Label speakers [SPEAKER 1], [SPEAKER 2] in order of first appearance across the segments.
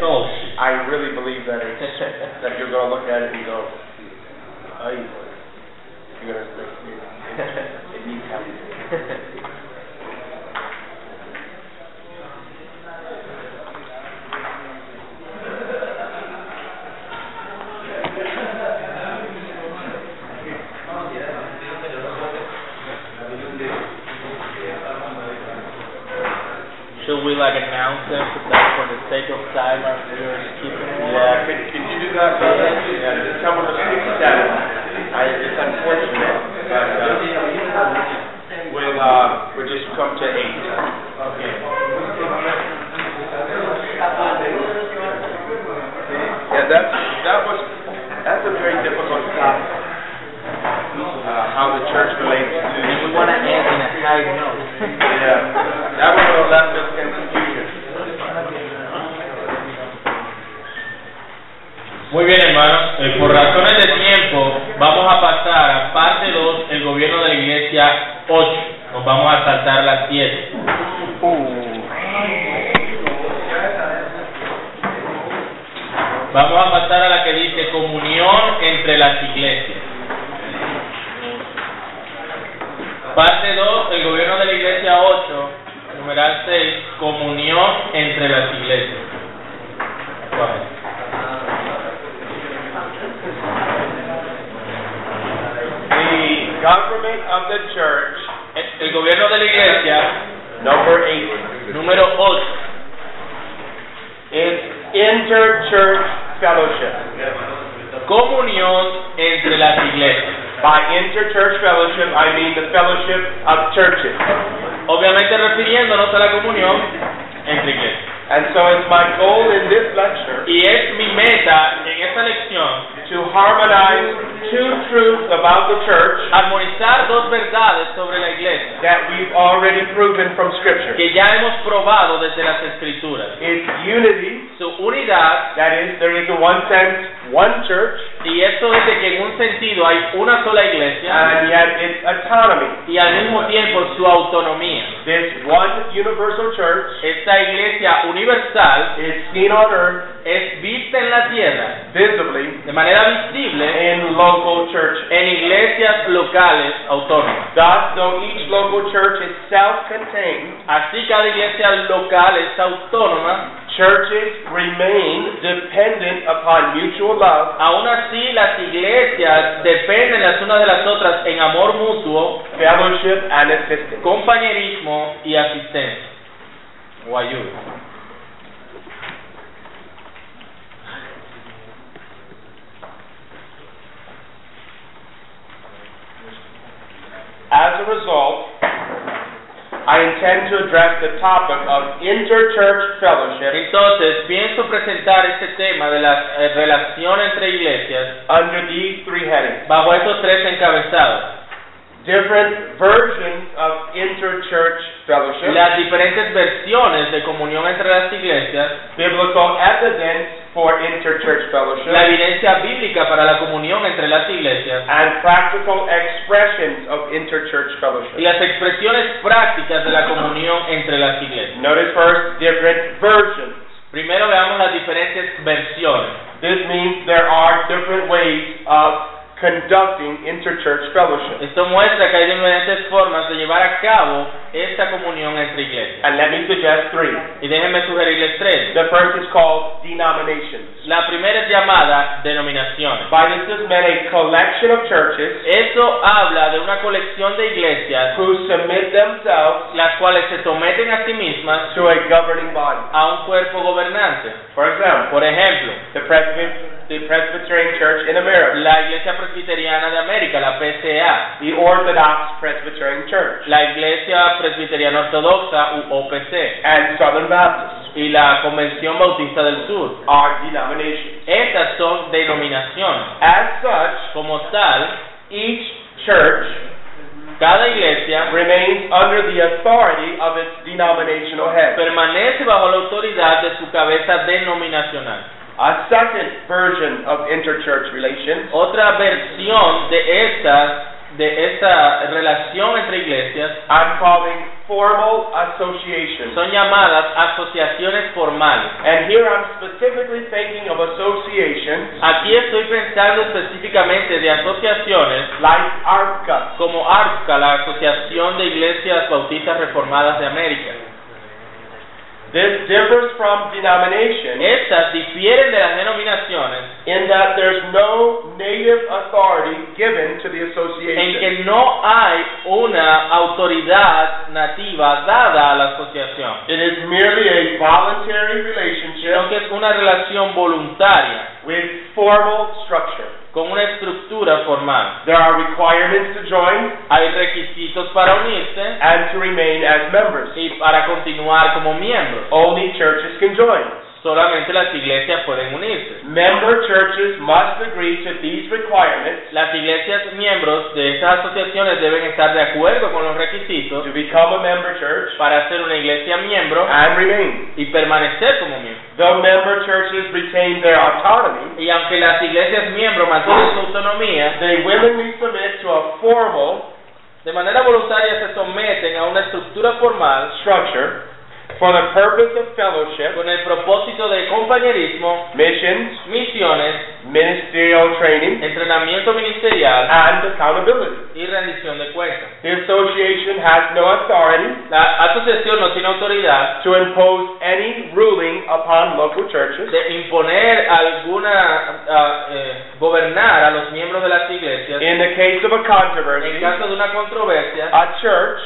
[SPEAKER 1] Oh,
[SPEAKER 2] I really believe that it's, that you're gonna look at it and go, I, you're gonna, it, it needs help.
[SPEAKER 3] Should we like announce it for that for the sake of time or we're keeping
[SPEAKER 2] Yeah, can, can you do that, brother? Yeah, just tell them to speak to that. I, it's unfortunate, but, uh, we'll, uh, we'll just come to eight. Okay. Yeah, that, that was, that's a very difficult topic. Uh, how the church relates to.
[SPEAKER 3] And we wanna end in a high note.
[SPEAKER 2] Yeah, that was a lot of confusion.
[SPEAKER 1] Muy bien, hermanos. Eh, por razones de tiempo, vamos a pasar a parte 2, el gobierno de la iglesia 8. Nos vamos a saltar las 7. Vamos a pasar a la que dice comunión entre las iglesias. Parte 2, el gobierno de la iglesia 8, numeral 6, comunión entre las iglesias. Vamos.
[SPEAKER 2] The government of the church,
[SPEAKER 1] El- El gobierno de la iglesia,
[SPEAKER 2] number eight,
[SPEAKER 1] número 8,
[SPEAKER 2] is interchurch fellowship.
[SPEAKER 1] comunión entre las iglesias.
[SPEAKER 2] By interchurch fellowship, I mean the fellowship of churches.
[SPEAKER 1] Obviamente refiriéndonos a la comunión entre iglesias.
[SPEAKER 2] And so it's my goal in this lecture
[SPEAKER 1] Y es mi meta en esta lección
[SPEAKER 2] to harmonize two truths about the church
[SPEAKER 1] armonizar dos verdades sobre la iglesia
[SPEAKER 2] that we've already proven from Scripture.
[SPEAKER 1] que ya hemos probado desde las escrituras.
[SPEAKER 2] It's unity,
[SPEAKER 1] Su unidad,
[SPEAKER 2] that is, there is in one sense one church,
[SPEAKER 1] y esto es de que en un sentido hay una sola iglesia
[SPEAKER 2] and yet it's autonomy.
[SPEAKER 1] y al mismo tiempo su autonomía.
[SPEAKER 2] This one universal church
[SPEAKER 1] Esta iglesia universal
[SPEAKER 2] is seen on earth
[SPEAKER 1] es vista en la tierra
[SPEAKER 2] visibly
[SPEAKER 1] de manera visible
[SPEAKER 2] in local churches.
[SPEAKER 1] en iglesias locales autónomas.
[SPEAKER 2] Thus, though each local church is self-contained,
[SPEAKER 1] Así cada iglesia local es autónoma,
[SPEAKER 2] churches remain dependent upon mutual love,
[SPEAKER 1] aún así las iglesias dependen las unas de las otras en amor mutuo,
[SPEAKER 2] fellowship, and assistance.
[SPEAKER 1] compañerismo y asistencia o ayuda.
[SPEAKER 2] As a result, I intend to address the topic of interchurch fellowship
[SPEAKER 1] Entonces, pienso presentar este tema de la eh, relación entre iglesias
[SPEAKER 2] under these three headings.
[SPEAKER 1] bajo estos tres encabezados.
[SPEAKER 2] Different versions of interchurch fellowship,
[SPEAKER 1] Las diferentes versiones de comunión entre las iglesias
[SPEAKER 2] biblical evidence for interchurch fellowship,
[SPEAKER 1] la evidencia bíblica para la comunión entre las iglesias
[SPEAKER 2] and practical expressions of interchurch
[SPEAKER 1] y
[SPEAKER 2] fellowship.
[SPEAKER 1] las expresiones prácticas de la comunión entre las iglesias.
[SPEAKER 2] Notice first, different versions.
[SPEAKER 1] Primero veamos las diferentes versiones.
[SPEAKER 2] This means there are different ways of conducting interchurch fellowship.
[SPEAKER 1] Esto muestra que hay diferentes formas de llevar a cabo esta comunión entre iglesias.
[SPEAKER 2] And let me suggest three.
[SPEAKER 1] Y déjenme sugerirles tres.
[SPEAKER 2] The first is called denominations.
[SPEAKER 1] La primera es llamada denominaciones.
[SPEAKER 2] By this is meant a collection of churches
[SPEAKER 1] Esto habla de una colección de iglesias
[SPEAKER 2] who submit themselves
[SPEAKER 1] las cuales se someten a sí mismas
[SPEAKER 2] to a governing body.
[SPEAKER 1] a un cuerpo gobernante.
[SPEAKER 2] For example,
[SPEAKER 1] Por ejemplo,
[SPEAKER 2] the, Presby- the Presbyterian Church in America,
[SPEAKER 1] la Iglesia Presbiteriana de América, la PCA,
[SPEAKER 2] the Orthodox Presbyterian Church,
[SPEAKER 1] la Iglesia Presbiteriana Ortodoxa, u OPC,
[SPEAKER 2] and Southern Baptists
[SPEAKER 1] y la Convención Bautista del Sur.
[SPEAKER 2] are denominations.
[SPEAKER 1] Estas son denominaciones.
[SPEAKER 2] As such,
[SPEAKER 1] Como tal,
[SPEAKER 2] each church
[SPEAKER 1] cada iglesia
[SPEAKER 2] remains under the authority of its denominational head.
[SPEAKER 1] permanece bajo la autoridad de su cabeza denominacional.
[SPEAKER 2] A second version of interchurch relations
[SPEAKER 1] Otra versión de esta, de esta relación entre iglesias
[SPEAKER 2] I'm calling formal associations.
[SPEAKER 1] Son llamadas asociaciones formales.
[SPEAKER 2] And here I'm specifically thinking of associations
[SPEAKER 1] Aquí estoy pensando específicamente de asociaciones
[SPEAKER 2] like ARCA,
[SPEAKER 1] como ARCA, la Asociación de Iglesias Bautistas Reformadas de América.
[SPEAKER 2] This differs from denomination
[SPEAKER 1] Estas difieren de las denominaciones
[SPEAKER 2] in that there's no native authority given to the
[SPEAKER 1] en
[SPEAKER 2] association.
[SPEAKER 1] que no hay una autoridad nativa dada a la asociación,
[SPEAKER 2] It is merely a voluntary
[SPEAKER 1] sino que
[SPEAKER 2] relationship
[SPEAKER 1] es una relación voluntaria
[SPEAKER 2] with formal structure.
[SPEAKER 1] con una estructura formal.
[SPEAKER 2] There are requirements to join
[SPEAKER 1] Hay requisitos para unirse
[SPEAKER 2] and to remain as members.
[SPEAKER 1] y para continuar como miembros.
[SPEAKER 2] Only churches can join.
[SPEAKER 1] Solamente las iglesias pueden unirse.
[SPEAKER 2] Member churches must agree to these requirements
[SPEAKER 1] Las iglesias miembros de estas asociaciones deben estar de acuerdo con los requisitos
[SPEAKER 2] to become a member church
[SPEAKER 1] para ser una iglesia miembro
[SPEAKER 2] and remain.
[SPEAKER 1] y permanecer como miembro.
[SPEAKER 2] The member churches retain their autonomy.
[SPEAKER 1] Y aunque las iglesias miembros mantienen su autonomía,
[SPEAKER 2] They willingly submit to a formal
[SPEAKER 1] de manera voluntaria se someten a una estructura formal
[SPEAKER 2] structure for the purpose of fellowship,
[SPEAKER 1] con el propósito de compañerismo,
[SPEAKER 2] missions,
[SPEAKER 1] misiones,
[SPEAKER 2] ministerial training,
[SPEAKER 1] entrenamiento ministerial
[SPEAKER 2] and accountability.
[SPEAKER 1] y rendición de cuentas.
[SPEAKER 2] The association has no authority
[SPEAKER 1] La asociación no tiene autoridad
[SPEAKER 2] to impose any ruling upon local churches.
[SPEAKER 1] de imponer alguna, ah, eh, gobernar a los miembros de las iglesias
[SPEAKER 2] In the case of a
[SPEAKER 1] En
[SPEAKER 2] controversy,
[SPEAKER 1] caso de una controversia,
[SPEAKER 2] a church,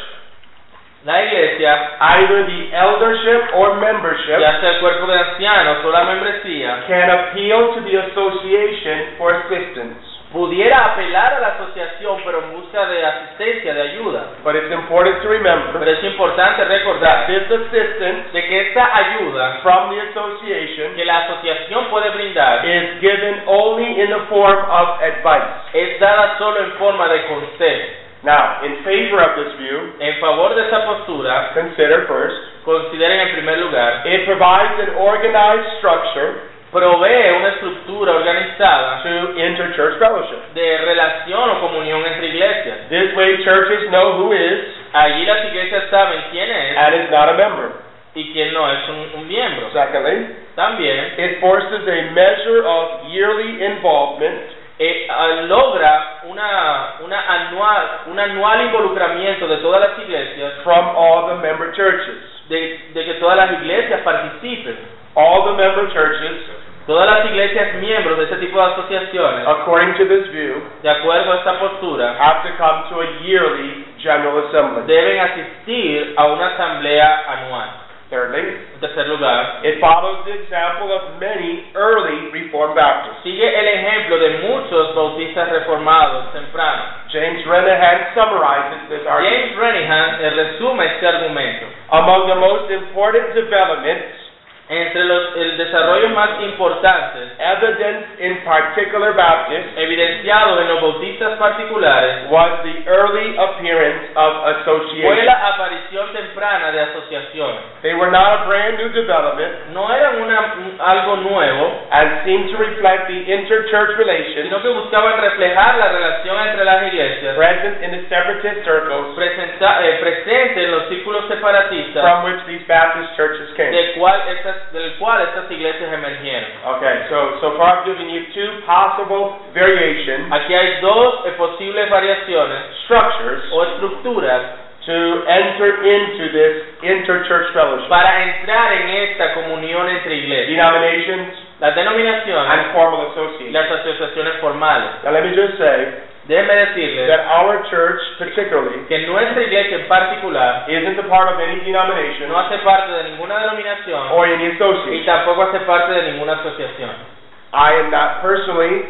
[SPEAKER 1] la iglesia,
[SPEAKER 2] either the eldership or membership,
[SPEAKER 1] ya sea el cuerpo de ancianos o la membresía,
[SPEAKER 2] can appeal to the association for assistance.
[SPEAKER 1] pudiera apelar a la asociación pero en busca de asistencia, de ayuda.
[SPEAKER 2] But it's important to remember
[SPEAKER 1] Pero es importante
[SPEAKER 2] that
[SPEAKER 1] recordar
[SPEAKER 2] this assistance
[SPEAKER 1] de que esta ayuda
[SPEAKER 2] from the association
[SPEAKER 1] que la asociación puede brindar
[SPEAKER 2] is given only in the form of advice.
[SPEAKER 1] es dada solo en forma de consejo.
[SPEAKER 2] Now, in favor of this view,
[SPEAKER 1] En favor de esa postura,
[SPEAKER 2] consider first,
[SPEAKER 1] consideren en primer lugar,
[SPEAKER 2] it provides an organized structure
[SPEAKER 1] provee una estructura organizada
[SPEAKER 2] to interchurch fellowship.
[SPEAKER 1] de relación o comunión entre iglesias.
[SPEAKER 2] This way, churches know who is
[SPEAKER 1] Allí las iglesias saben quién es
[SPEAKER 2] and is not a member.
[SPEAKER 1] y quién no es un- un miembro.
[SPEAKER 2] Secondly,
[SPEAKER 1] También
[SPEAKER 2] it forces a measure of yearly involvement
[SPEAKER 1] eh, ah, logra una, una anual, un anual involucramiento de todas las iglesias,
[SPEAKER 2] from all the member churches.
[SPEAKER 1] de, de que todas las iglesias participen.
[SPEAKER 2] All the member churches,
[SPEAKER 1] Todas las iglesias miembros de este tipo de asociaciones,
[SPEAKER 2] according to this view,
[SPEAKER 1] de acuerdo a esta postura,
[SPEAKER 2] have to come to a yearly general assembly.
[SPEAKER 1] deben asistir a una asamblea anual.
[SPEAKER 2] Thirdly,
[SPEAKER 1] En tercer lugar,
[SPEAKER 2] it follows the example of many early Reformed Baptists.
[SPEAKER 1] sigue el ejemplo de muchos bautistas reformados tempranos.
[SPEAKER 2] James Renahan summarizes this argument.
[SPEAKER 1] James Renihan eh, resume este argumento.
[SPEAKER 2] Among the most important developments,
[SPEAKER 1] Entre los el desarrollo más importantes
[SPEAKER 2] evidence in particular Baptists,
[SPEAKER 1] evidenciado en los bautistas particulares
[SPEAKER 2] was the early appearance of
[SPEAKER 1] fue
[SPEAKER 2] association.
[SPEAKER 1] la aparición temprana de asociaciones.
[SPEAKER 2] They were not a brand new development
[SPEAKER 1] No eran una- un- algo nuevo,
[SPEAKER 2] and seemed to reflect the interchurch
[SPEAKER 1] sino
[SPEAKER 2] relations
[SPEAKER 1] que buscaban reflejar la relación entre las iglesias
[SPEAKER 2] present in the separatist circles
[SPEAKER 1] presenta- eh, presente en los círculos separatistas
[SPEAKER 2] from which these Baptist churches came.
[SPEAKER 1] del cual, estas, del cual estas iglesias emergieron.
[SPEAKER 2] Okay, so so far I've given you two possible variations,
[SPEAKER 1] Aquí hay dos eh, posibles variaciones
[SPEAKER 2] structures
[SPEAKER 1] o estructuras
[SPEAKER 2] to enter into this interchurch fellowship.
[SPEAKER 1] para entrar en esta comunión entre iglesias.
[SPEAKER 2] Denominations
[SPEAKER 1] Las denominaciones,
[SPEAKER 2] and formal associations.
[SPEAKER 1] las asociaciones formales.
[SPEAKER 2] Now let me just say
[SPEAKER 1] Déjenme decirles
[SPEAKER 2] that our church particularly
[SPEAKER 1] que nuestra iglesia en particular
[SPEAKER 2] isn't a part of any
[SPEAKER 1] no
[SPEAKER 2] denomination
[SPEAKER 1] hace parte de ninguna denominación
[SPEAKER 2] or any
[SPEAKER 1] y
[SPEAKER 2] association.
[SPEAKER 1] tampoco hace parte de ninguna asociación.
[SPEAKER 2] I am not personally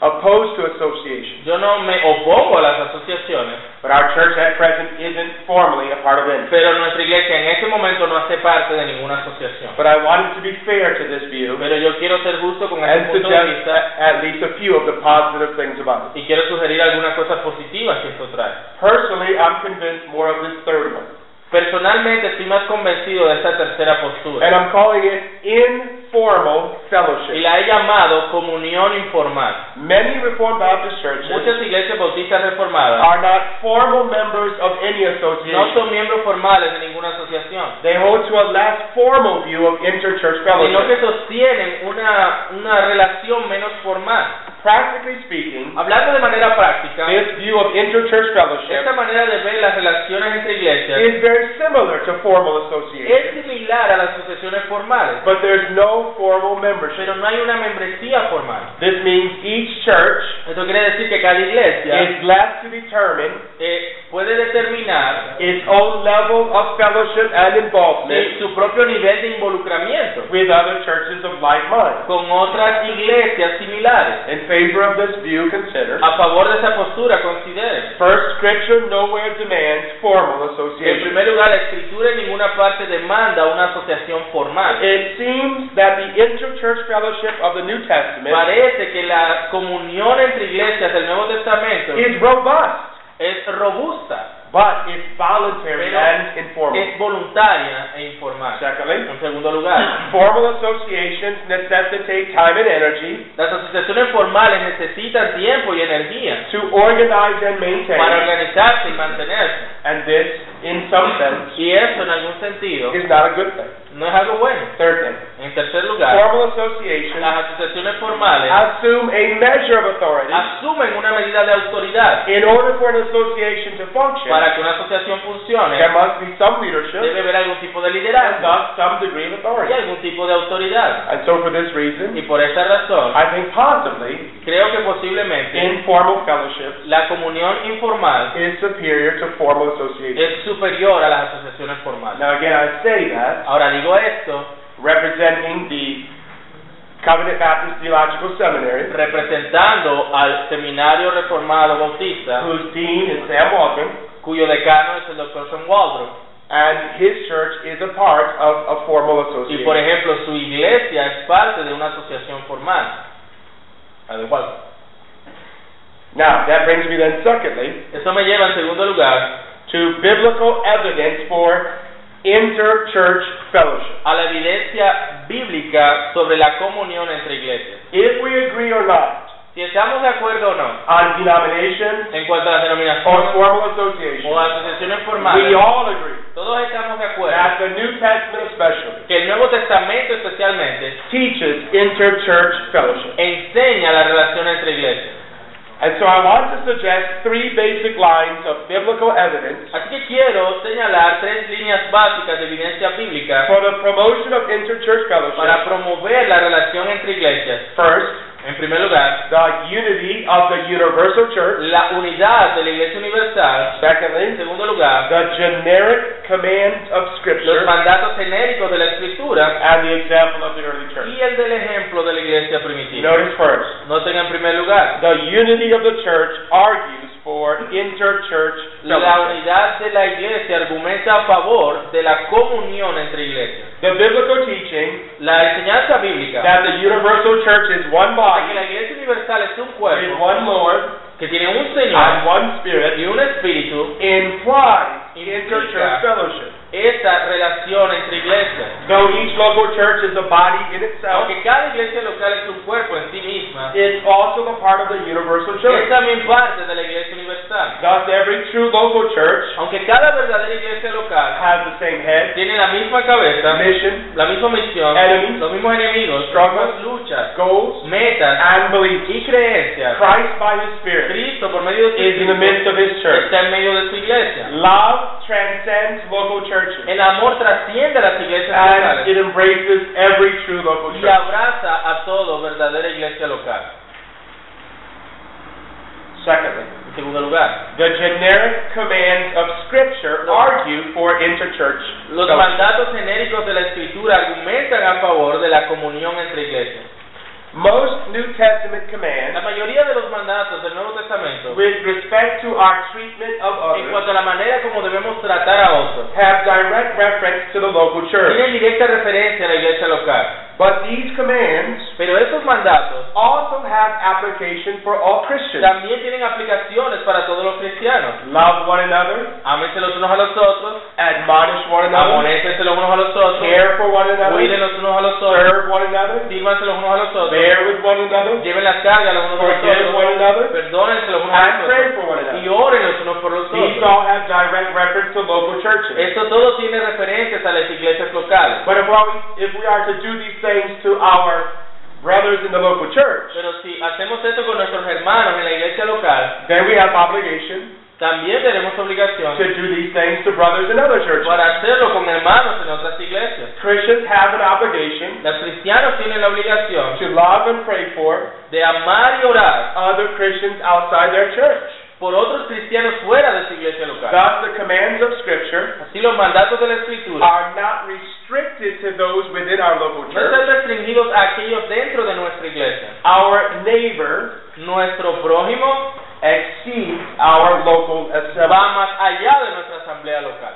[SPEAKER 2] opposed to association,
[SPEAKER 1] Yo no me opongo a las asociaciones,
[SPEAKER 2] but our church at present isn't formally a part of any.
[SPEAKER 1] pero nuestra iglesia en este momento no hace parte de ninguna asociación.
[SPEAKER 2] But I wanted to be fair to this view
[SPEAKER 1] Pero yo quiero ser justo con
[SPEAKER 2] and
[SPEAKER 1] este punto de
[SPEAKER 2] suggest
[SPEAKER 1] vista
[SPEAKER 2] at least a few of the positive things about it.
[SPEAKER 1] y quiero sugerir algunas cosas positivas que esto trae.
[SPEAKER 2] Personally, I'm convinced more of this third one.
[SPEAKER 1] Personalmente estoy más convencido de esta tercera
[SPEAKER 2] And
[SPEAKER 1] postura
[SPEAKER 2] I'm calling it informal
[SPEAKER 1] y
[SPEAKER 2] fellowship.
[SPEAKER 1] la he llamado comunión informal.
[SPEAKER 2] Many Reformed Baptist churches
[SPEAKER 1] Muchas iglesias bautistas reformadas
[SPEAKER 2] are not formal members of any
[SPEAKER 1] no
[SPEAKER 2] association.
[SPEAKER 1] son miembros formales de ninguna asociación,
[SPEAKER 2] They hold to a less formal view of interchurch
[SPEAKER 1] sino
[SPEAKER 2] fellowship.
[SPEAKER 1] que sostienen una, una relación menos formal.
[SPEAKER 2] Practically speaking,
[SPEAKER 1] Hablando de manera práctica,
[SPEAKER 2] this view of interchurch
[SPEAKER 1] esta
[SPEAKER 2] fellowship
[SPEAKER 1] manera de ver las relaciones entre iglesias
[SPEAKER 2] is very similar to formal
[SPEAKER 1] es
[SPEAKER 2] association,
[SPEAKER 1] similar a las asociaciones formales,
[SPEAKER 2] but there's no formal membership.
[SPEAKER 1] pero no hay una membresía formal.
[SPEAKER 2] This means each church
[SPEAKER 1] Esto quiere decir que cada iglesia
[SPEAKER 2] is left to determine
[SPEAKER 1] eh, puede determinar
[SPEAKER 2] its own level of fellowship and
[SPEAKER 1] de
[SPEAKER 2] involvement
[SPEAKER 1] su propio nivel de involucramiento
[SPEAKER 2] with other churches of like mind.
[SPEAKER 1] con otras iglesias similares.
[SPEAKER 2] In favor of this view, consider
[SPEAKER 1] A favor de esa postura, consideren.
[SPEAKER 2] first, Scripture nowhere demands formal
[SPEAKER 1] En
[SPEAKER 2] association.
[SPEAKER 1] primer lugar, la escritura en ninguna parte demanda una asociación formal.
[SPEAKER 2] It seems that the interchurch fellowship of the New Testament
[SPEAKER 1] Parece que la comunión entre iglesias del Nuevo Testamento
[SPEAKER 2] is robust,
[SPEAKER 1] es robusta,
[SPEAKER 2] but it's voluntary
[SPEAKER 1] Pero-
[SPEAKER 2] and informal.
[SPEAKER 1] es voluntaria e informal.
[SPEAKER 2] Secondly,
[SPEAKER 1] En segundo lugar,
[SPEAKER 2] formal associations necessitate time and energy
[SPEAKER 1] las asociaciones formales necesitan tiempo y energía
[SPEAKER 2] to organize
[SPEAKER 1] para
[SPEAKER 2] and maintain,
[SPEAKER 1] organizarse y mantenerse.
[SPEAKER 2] and this, in some sense,
[SPEAKER 1] Y eso, en algún sentido,
[SPEAKER 2] is not a good thing.
[SPEAKER 1] no es algo bueno.
[SPEAKER 2] Thirdly,
[SPEAKER 1] En tercer lugar,
[SPEAKER 2] formal associations
[SPEAKER 1] las asociaciones formales
[SPEAKER 2] assume a measure of authority
[SPEAKER 1] asumen una medida de autoridad.
[SPEAKER 2] in order for an association to function.
[SPEAKER 1] Para que una asociación
[SPEAKER 2] There
[SPEAKER 1] funcione,
[SPEAKER 2] must be some leadership
[SPEAKER 1] debe haber algún tipo de
[SPEAKER 2] and
[SPEAKER 1] liderazgo
[SPEAKER 2] thus some degree of
[SPEAKER 1] y
[SPEAKER 2] authority.
[SPEAKER 1] algún tipo de autoridad.
[SPEAKER 2] And so, for this reason,
[SPEAKER 1] Y por esa razón,
[SPEAKER 2] I think possibly
[SPEAKER 1] creo que posiblemente
[SPEAKER 2] informal fellowship
[SPEAKER 1] la comunión informal
[SPEAKER 2] is superior to formal association.
[SPEAKER 1] es superior a las asociaciones formales.
[SPEAKER 2] Now again, I say that
[SPEAKER 1] Ahora digo esto
[SPEAKER 2] representing the Covenant Baptist Theological Seminary,
[SPEAKER 1] representando al seminario reformado bautista,
[SPEAKER 2] whose dean is Sam Walton,
[SPEAKER 1] cuyo decano es el doctor John Waldron.
[SPEAKER 2] and his church is a part of a formal
[SPEAKER 1] Y por e-
[SPEAKER 2] association.
[SPEAKER 1] ejemplo, su iglesia es parte de una asociación formal. Al igual.
[SPEAKER 2] Now that brings me then, secondly,
[SPEAKER 1] Eso me lleva en segundo lugar
[SPEAKER 2] to biblical evidence for interchurch fellowship.
[SPEAKER 1] a la evidencia bíblica sobre la comunión entre iglesias.
[SPEAKER 2] If we agree or not
[SPEAKER 1] Si estamos de acuerdo o no
[SPEAKER 2] on denomination
[SPEAKER 1] en cuanto a las
[SPEAKER 2] or
[SPEAKER 1] denominaciones
[SPEAKER 2] formal association,
[SPEAKER 1] o asociaciones
[SPEAKER 2] we
[SPEAKER 1] formales,
[SPEAKER 2] all agree
[SPEAKER 1] todos estamos de acuerdo
[SPEAKER 2] that the New Testament especially
[SPEAKER 1] que el Nuevo Testamento especialmente
[SPEAKER 2] teaches interchurch fellowship.
[SPEAKER 1] enseña la relación entre iglesias.
[SPEAKER 2] And so I want to suggest three basic lines of biblical evidence
[SPEAKER 1] Así que quiero señalar tres líneas básicas de evidencia bíblica
[SPEAKER 2] for the promotion of interchurch
[SPEAKER 1] para
[SPEAKER 2] fellowship.
[SPEAKER 1] promover la relación entre iglesias.
[SPEAKER 2] First,
[SPEAKER 1] En primer lugar,
[SPEAKER 2] the unity of the universal church.
[SPEAKER 1] la unidad de la Iglesia Universal. En
[SPEAKER 2] Secondly,
[SPEAKER 1] segundo lugar,
[SPEAKER 2] the generic commands of
[SPEAKER 1] los
[SPEAKER 2] Scripture
[SPEAKER 1] mandatos genéricos de la Escritura
[SPEAKER 2] and the example of the early church.
[SPEAKER 1] y el del ejemplo de la Iglesia primitiva.
[SPEAKER 2] Notice first,
[SPEAKER 1] Noten en primer lugar,
[SPEAKER 2] the unity of the church argues for interchurch
[SPEAKER 1] la
[SPEAKER 2] fellowship.
[SPEAKER 1] unidad de la Iglesia argumenta a favor de la comunión entre iglesias.
[SPEAKER 2] The biblical teaching
[SPEAKER 1] La enseñanza bíblica
[SPEAKER 2] that the universal church is one
[SPEAKER 1] de que
[SPEAKER 2] body,
[SPEAKER 1] la Iglesia Universal es un
[SPEAKER 2] with
[SPEAKER 1] cuerpo
[SPEAKER 2] one Lord,
[SPEAKER 1] que tiene un
[SPEAKER 2] and
[SPEAKER 1] Señor
[SPEAKER 2] one Spirit,
[SPEAKER 1] y un Espíritu,
[SPEAKER 2] implies
[SPEAKER 1] Implica.
[SPEAKER 2] interchurch fellowship.
[SPEAKER 1] esa relación entre iglesias.
[SPEAKER 2] Though each local church is a body in itself,
[SPEAKER 1] Aunque cada iglesia local es un cuerpo en sí misma,
[SPEAKER 2] it's also a part of the universal
[SPEAKER 1] es
[SPEAKER 2] church.
[SPEAKER 1] también parte de la Iglesia Universal.
[SPEAKER 2] Thus, every true local church
[SPEAKER 1] Aunque cada verdadera iglesia local
[SPEAKER 2] has the same head,
[SPEAKER 1] tiene la misma cabeza,
[SPEAKER 2] mission,
[SPEAKER 1] la misma misión,
[SPEAKER 2] Enemies.
[SPEAKER 1] los mismos enemigos,
[SPEAKER 2] Struggles.
[SPEAKER 1] las luchas,
[SPEAKER 2] goals,
[SPEAKER 1] metas
[SPEAKER 2] and beliefs.
[SPEAKER 1] y creencias,
[SPEAKER 2] Christ by His Spirit
[SPEAKER 1] Cristo por medio de su
[SPEAKER 2] is in the midst
[SPEAKER 1] iglesia
[SPEAKER 2] of His church.
[SPEAKER 1] está en medio de su iglesia.
[SPEAKER 2] Love transcends local churches,
[SPEAKER 1] El amor trasciende a las iglesias
[SPEAKER 2] and
[SPEAKER 1] locales
[SPEAKER 2] it embraces every true local
[SPEAKER 1] y
[SPEAKER 2] church.
[SPEAKER 1] abraza a todo verdadera iglesia local.
[SPEAKER 2] Secondly,
[SPEAKER 1] En segundo lugar,
[SPEAKER 2] the generic commands of Scripture argue for interchurch
[SPEAKER 1] los
[SPEAKER 2] fellowship.
[SPEAKER 1] mandatos genéricos de la Escritura argumentan a favor de la comunión entre iglesias.
[SPEAKER 2] Most New Testament commands
[SPEAKER 1] La mayoría de los mandatos del Nuevo Testamento
[SPEAKER 2] with respect to our treatment of
[SPEAKER 1] en
[SPEAKER 2] others
[SPEAKER 1] cuanto a la manera como debemos tratar a otros
[SPEAKER 2] have direct reference to the local church.
[SPEAKER 1] tienen directa referencia a la iglesia local.
[SPEAKER 2] But these commands
[SPEAKER 1] Pero estos mandatos
[SPEAKER 2] also have application for all Christians.
[SPEAKER 1] también tienen aplicaciones para todos los cristianos.
[SPEAKER 2] Love one another,
[SPEAKER 1] Ámense los unos a los otros,
[SPEAKER 2] admonish one another,
[SPEAKER 1] amonécense los unos a los otros,
[SPEAKER 2] care for one another,
[SPEAKER 1] cuiden los unos a los otros,
[SPEAKER 2] serve one another,
[SPEAKER 1] sírvanse los unos a los otros,
[SPEAKER 2] bear with one another,
[SPEAKER 1] lleven las cargas los unos a
[SPEAKER 2] forgive
[SPEAKER 1] los
[SPEAKER 2] one
[SPEAKER 1] otros,
[SPEAKER 2] another,
[SPEAKER 1] perdónense los unos a
[SPEAKER 2] and
[SPEAKER 1] los
[SPEAKER 2] pray
[SPEAKER 1] otros
[SPEAKER 2] for one
[SPEAKER 1] y
[SPEAKER 2] another.
[SPEAKER 1] oren los unos por los
[SPEAKER 2] These
[SPEAKER 1] otros.
[SPEAKER 2] all have direct reference to local churches.
[SPEAKER 1] Esto todo tiene referencias a las iglesias locales.
[SPEAKER 2] But if we, if we are to do these things to our brothers in the local church,
[SPEAKER 1] Pero si hacemos esto con nuestros hermanos en la iglesia local,
[SPEAKER 2] then we have obligation
[SPEAKER 1] también tenemos obligación
[SPEAKER 2] to do these things to brothers in other churches.
[SPEAKER 1] para hacerlo con hermanos en otras iglesias.
[SPEAKER 2] Christians have an obligation
[SPEAKER 1] Los cristianos tienen la obligación
[SPEAKER 2] to love and pray for
[SPEAKER 1] de amar y orar
[SPEAKER 2] other Christians outside their church.
[SPEAKER 1] por otros cristianos fuera de su iglesia local.
[SPEAKER 2] Thus, the commands of Scripture
[SPEAKER 1] Así los mandatos de la escritura
[SPEAKER 2] are not restricted to those within our local
[SPEAKER 1] no
[SPEAKER 2] church.
[SPEAKER 1] están restringidos a aquellos dentro de nuestra iglesia.
[SPEAKER 2] Our neighbor
[SPEAKER 1] Nuestro prójimo
[SPEAKER 2] exceeds our local assembly.
[SPEAKER 1] va más allá de nuestra asamblea local.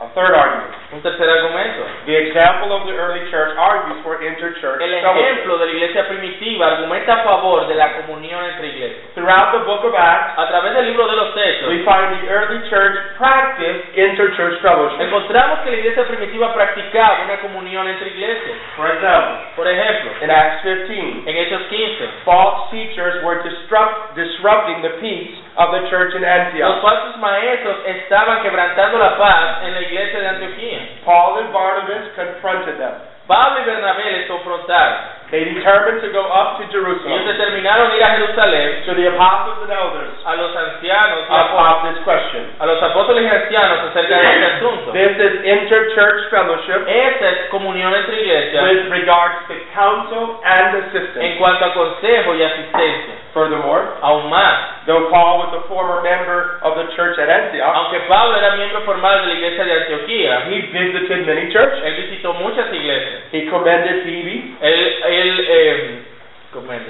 [SPEAKER 2] A third argument.
[SPEAKER 1] Un tercer argumento.
[SPEAKER 2] The example of the early church argues for interchurch
[SPEAKER 1] El
[SPEAKER 2] fellowship.
[SPEAKER 1] ejemplo de la iglesia primitiva argumenta a favor de la comunión entre iglesias.
[SPEAKER 2] Throughout the book of Acts,
[SPEAKER 1] A través del libro de los textos,
[SPEAKER 2] we find the early church practiced interchurch fellowship.
[SPEAKER 1] encontramos que la iglesia primitiva practicaba una comunión entre iglesias.
[SPEAKER 2] For example,
[SPEAKER 1] Por ejemplo,
[SPEAKER 2] in Acts 15,
[SPEAKER 1] en Hechos 15,
[SPEAKER 2] false teachers were disrupt, disrupting the peace of the church in
[SPEAKER 1] Los
[SPEAKER 2] Antioch.
[SPEAKER 1] falsos maestros estaban quebrantando la paz en la iglesia de Antioquía.
[SPEAKER 2] Paul and Barnabas confronted them.
[SPEAKER 1] Pablo y Bernabé les confrontaron.
[SPEAKER 2] They determined to go up to
[SPEAKER 1] Ellos
[SPEAKER 2] Jerusalem.
[SPEAKER 1] determinaron ir a Jerusalén
[SPEAKER 2] So the apostles and elders
[SPEAKER 1] a los ancianos, y apó-
[SPEAKER 2] about this question.
[SPEAKER 1] a los apóstoles y ancianos acerca de este asunto.
[SPEAKER 2] This is interchurch fellowship
[SPEAKER 1] Esta es comunión entre iglesias
[SPEAKER 2] with regards to counsel and
[SPEAKER 1] en
[SPEAKER 2] assistance.
[SPEAKER 1] cuanto a consejo y asistencia.
[SPEAKER 2] Furthermore,
[SPEAKER 1] Aún más,
[SPEAKER 2] Though Paul was a former member of the church at Antioch,
[SPEAKER 1] aunque Pablo era miembro formal de la iglesia de Antioquía,
[SPEAKER 2] he visited many churches.
[SPEAKER 1] él visitó muchas iglesias.
[SPEAKER 2] He commended Phoebe
[SPEAKER 1] Él, él, eh, ¿cómo es?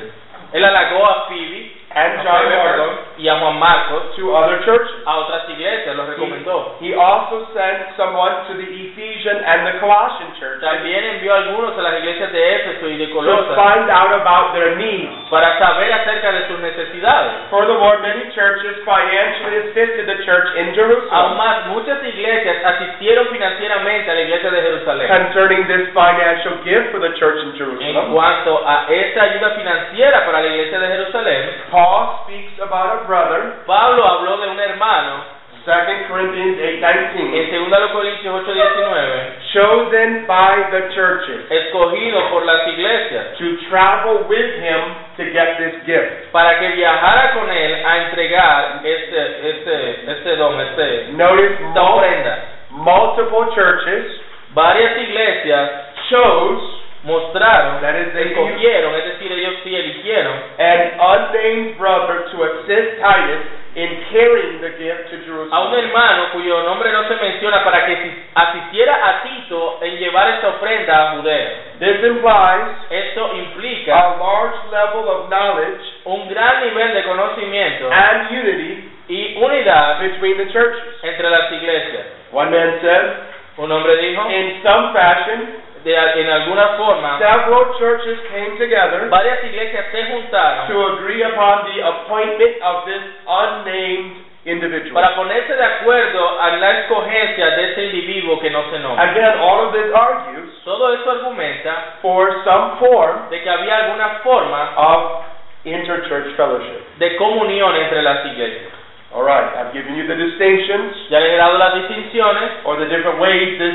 [SPEAKER 1] él halagó a Phoebe
[SPEAKER 2] and John Mark
[SPEAKER 1] y a Juan Marcos
[SPEAKER 2] to other churches.
[SPEAKER 1] a otras iglesias, los recomendó.
[SPEAKER 2] He also sent someone to the Ephesian and the Colossian churches
[SPEAKER 1] También envió algunos a las iglesias de Éfeso y de
[SPEAKER 2] to
[SPEAKER 1] Colosa
[SPEAKER 2] find out about their needs.
[SPEAKER 1] para saber acerca de sus necesidades.
[SPEAKER 2] Furthermore, many churches financially assisted the church in
[SPEAKER 1] Aún
[SPEAKER 2] Jerusalem
[SPEAKER 1] más, muchas iglesias asistieron financieramente a la iglesia de Jerusalén.
[SPEAKER 2] concerning this financial gift for the church in
[SPEAKER 1] En
[SPEAKER 2] Jerusalem.
[SPEAKER 1] cuanto a esta ayuda financiera para la iglesia de Jerusalén,
[SPEAKER 2] Paul speaks about a brother,
[SPEAKER 1] Pablo habló de un hermano
[SPEAKER 2] 2 Corinthians 8:19,
[SPEAKER 1] en 2 Corintios 8:19,
[SPEAKER 2] chosen by the churches.
[SPEAKER 1] escogido por las iglesias
[SPEAKER 2] to travel with him to get this gift.
[SPEAKER 1] para que viajara con él a entregar este, este, este don, este,
[SPEAKER 2] Notice
[SPEAKER 1] esta
[SPEAKER 2] mul-
[SPEAKER 1] ofrenda.
[SPEAKER 2] multiple churches
[SPEAKER 1] Varias iglesias
[SPEAKER 2] chose,
[SPEAKER 1] mostraron,
[SPEAKER 2] that is, they used
[SPEAKER 1] escogieron, es decir, ellos sí eligieron
[SPEAKER 2] an unnamed brother to assist Titus in carrying the gift to
[SPEAKER 1] a un
[SPEAKER 2] Jerusalem.
[SPEAKER 1] hermano cuyo nombre no se menciona para que si- asistiera a Tito en llevar esta ofrenda a Judea.
[SPEAKER 2] This implies
[SPEAKER 1] Esto implica
[SPEAKER 2] a large level of knowledge
[SPEAKER 1] un gran nivel de conocimiento
[SPEAKER 2] and unity
[SPEAKER 1] y unidad
[SPEAKER 2] between the churches.
[SPEAKER 1] entre las iglesias.
[SPEAKER 2] One man said,
[SPEAKER 1] Un hombre dijo,
[SPEAKER 2] in some fashion,
[SPEAKER 1] de, en alguna forma,
[SPEAKER 2] several churches came together
[SPEAKER 1] varias iglesias se
[SPEAKER 2] to
[SPEAKER 1] juntaron
[SPEAKER 2] agree upon the appointment of this unnamed individual.
[SPEAKER 1] para ponerse de acuerdo a la escogencia de ese individuo que no se nombra.
[SPEAKER 2] Again, all of this argues
[SPEAKER 1] Todo esto argumenta
[SPEAKER 2] for some form
[SPEAKER 1] de que había alguna forma
[SPEAKER 2] of interchurch fellowship.
[SPEAKER 1] de comunión entre las iglesias.
[SPEAKER 2] All right, I've given you the distinctions
[SPEAKER 1] Ya les he dado las distinciones
[SPEAKER 2] or the different ways this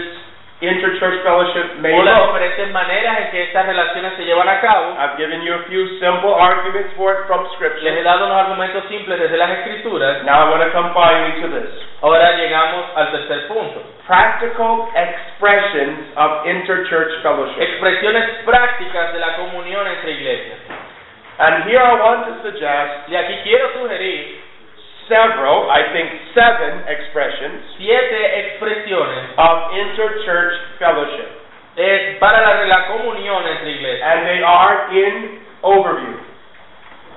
[SPEAKER 2] interchurch fellowship may
[SPEAKER 1] o las
[SPEAKER 2] look.
[SPEAKER 1] diferentes maneras en que estas relaciones se llevan a cabo.
[SPEAKER 2] I've given you a few simple arguments for it from
[SPEAKER 1] Les he
[SPEAKER 2] Scripture.
[SPEAKER 1] dado unos argumentos simples desde las escrituras.
[SPEAKER 2] Now I want to come finally to this.
[SPEAKER 1] Ahora llegamos al tercer punto.
[SPEAKER 2] Practical expressions of interchurch fellowship.
[SPEAKER 1] Expresiones prácticas de la comunión entre iglesias.
[SPEAKER 2] And here I want to suggest
[SPEAKER 1] Y aquí quiero sugerir
[SPEAKER 2] several, I think seven expressions
[SPEAKER 1] siete expresiones
[SPEAKER 2] of interchurch fellowship.
[SPEAKER 1] eh, para la, la comunión entre iglesias.
[SPEAKER 2] and they are in overview.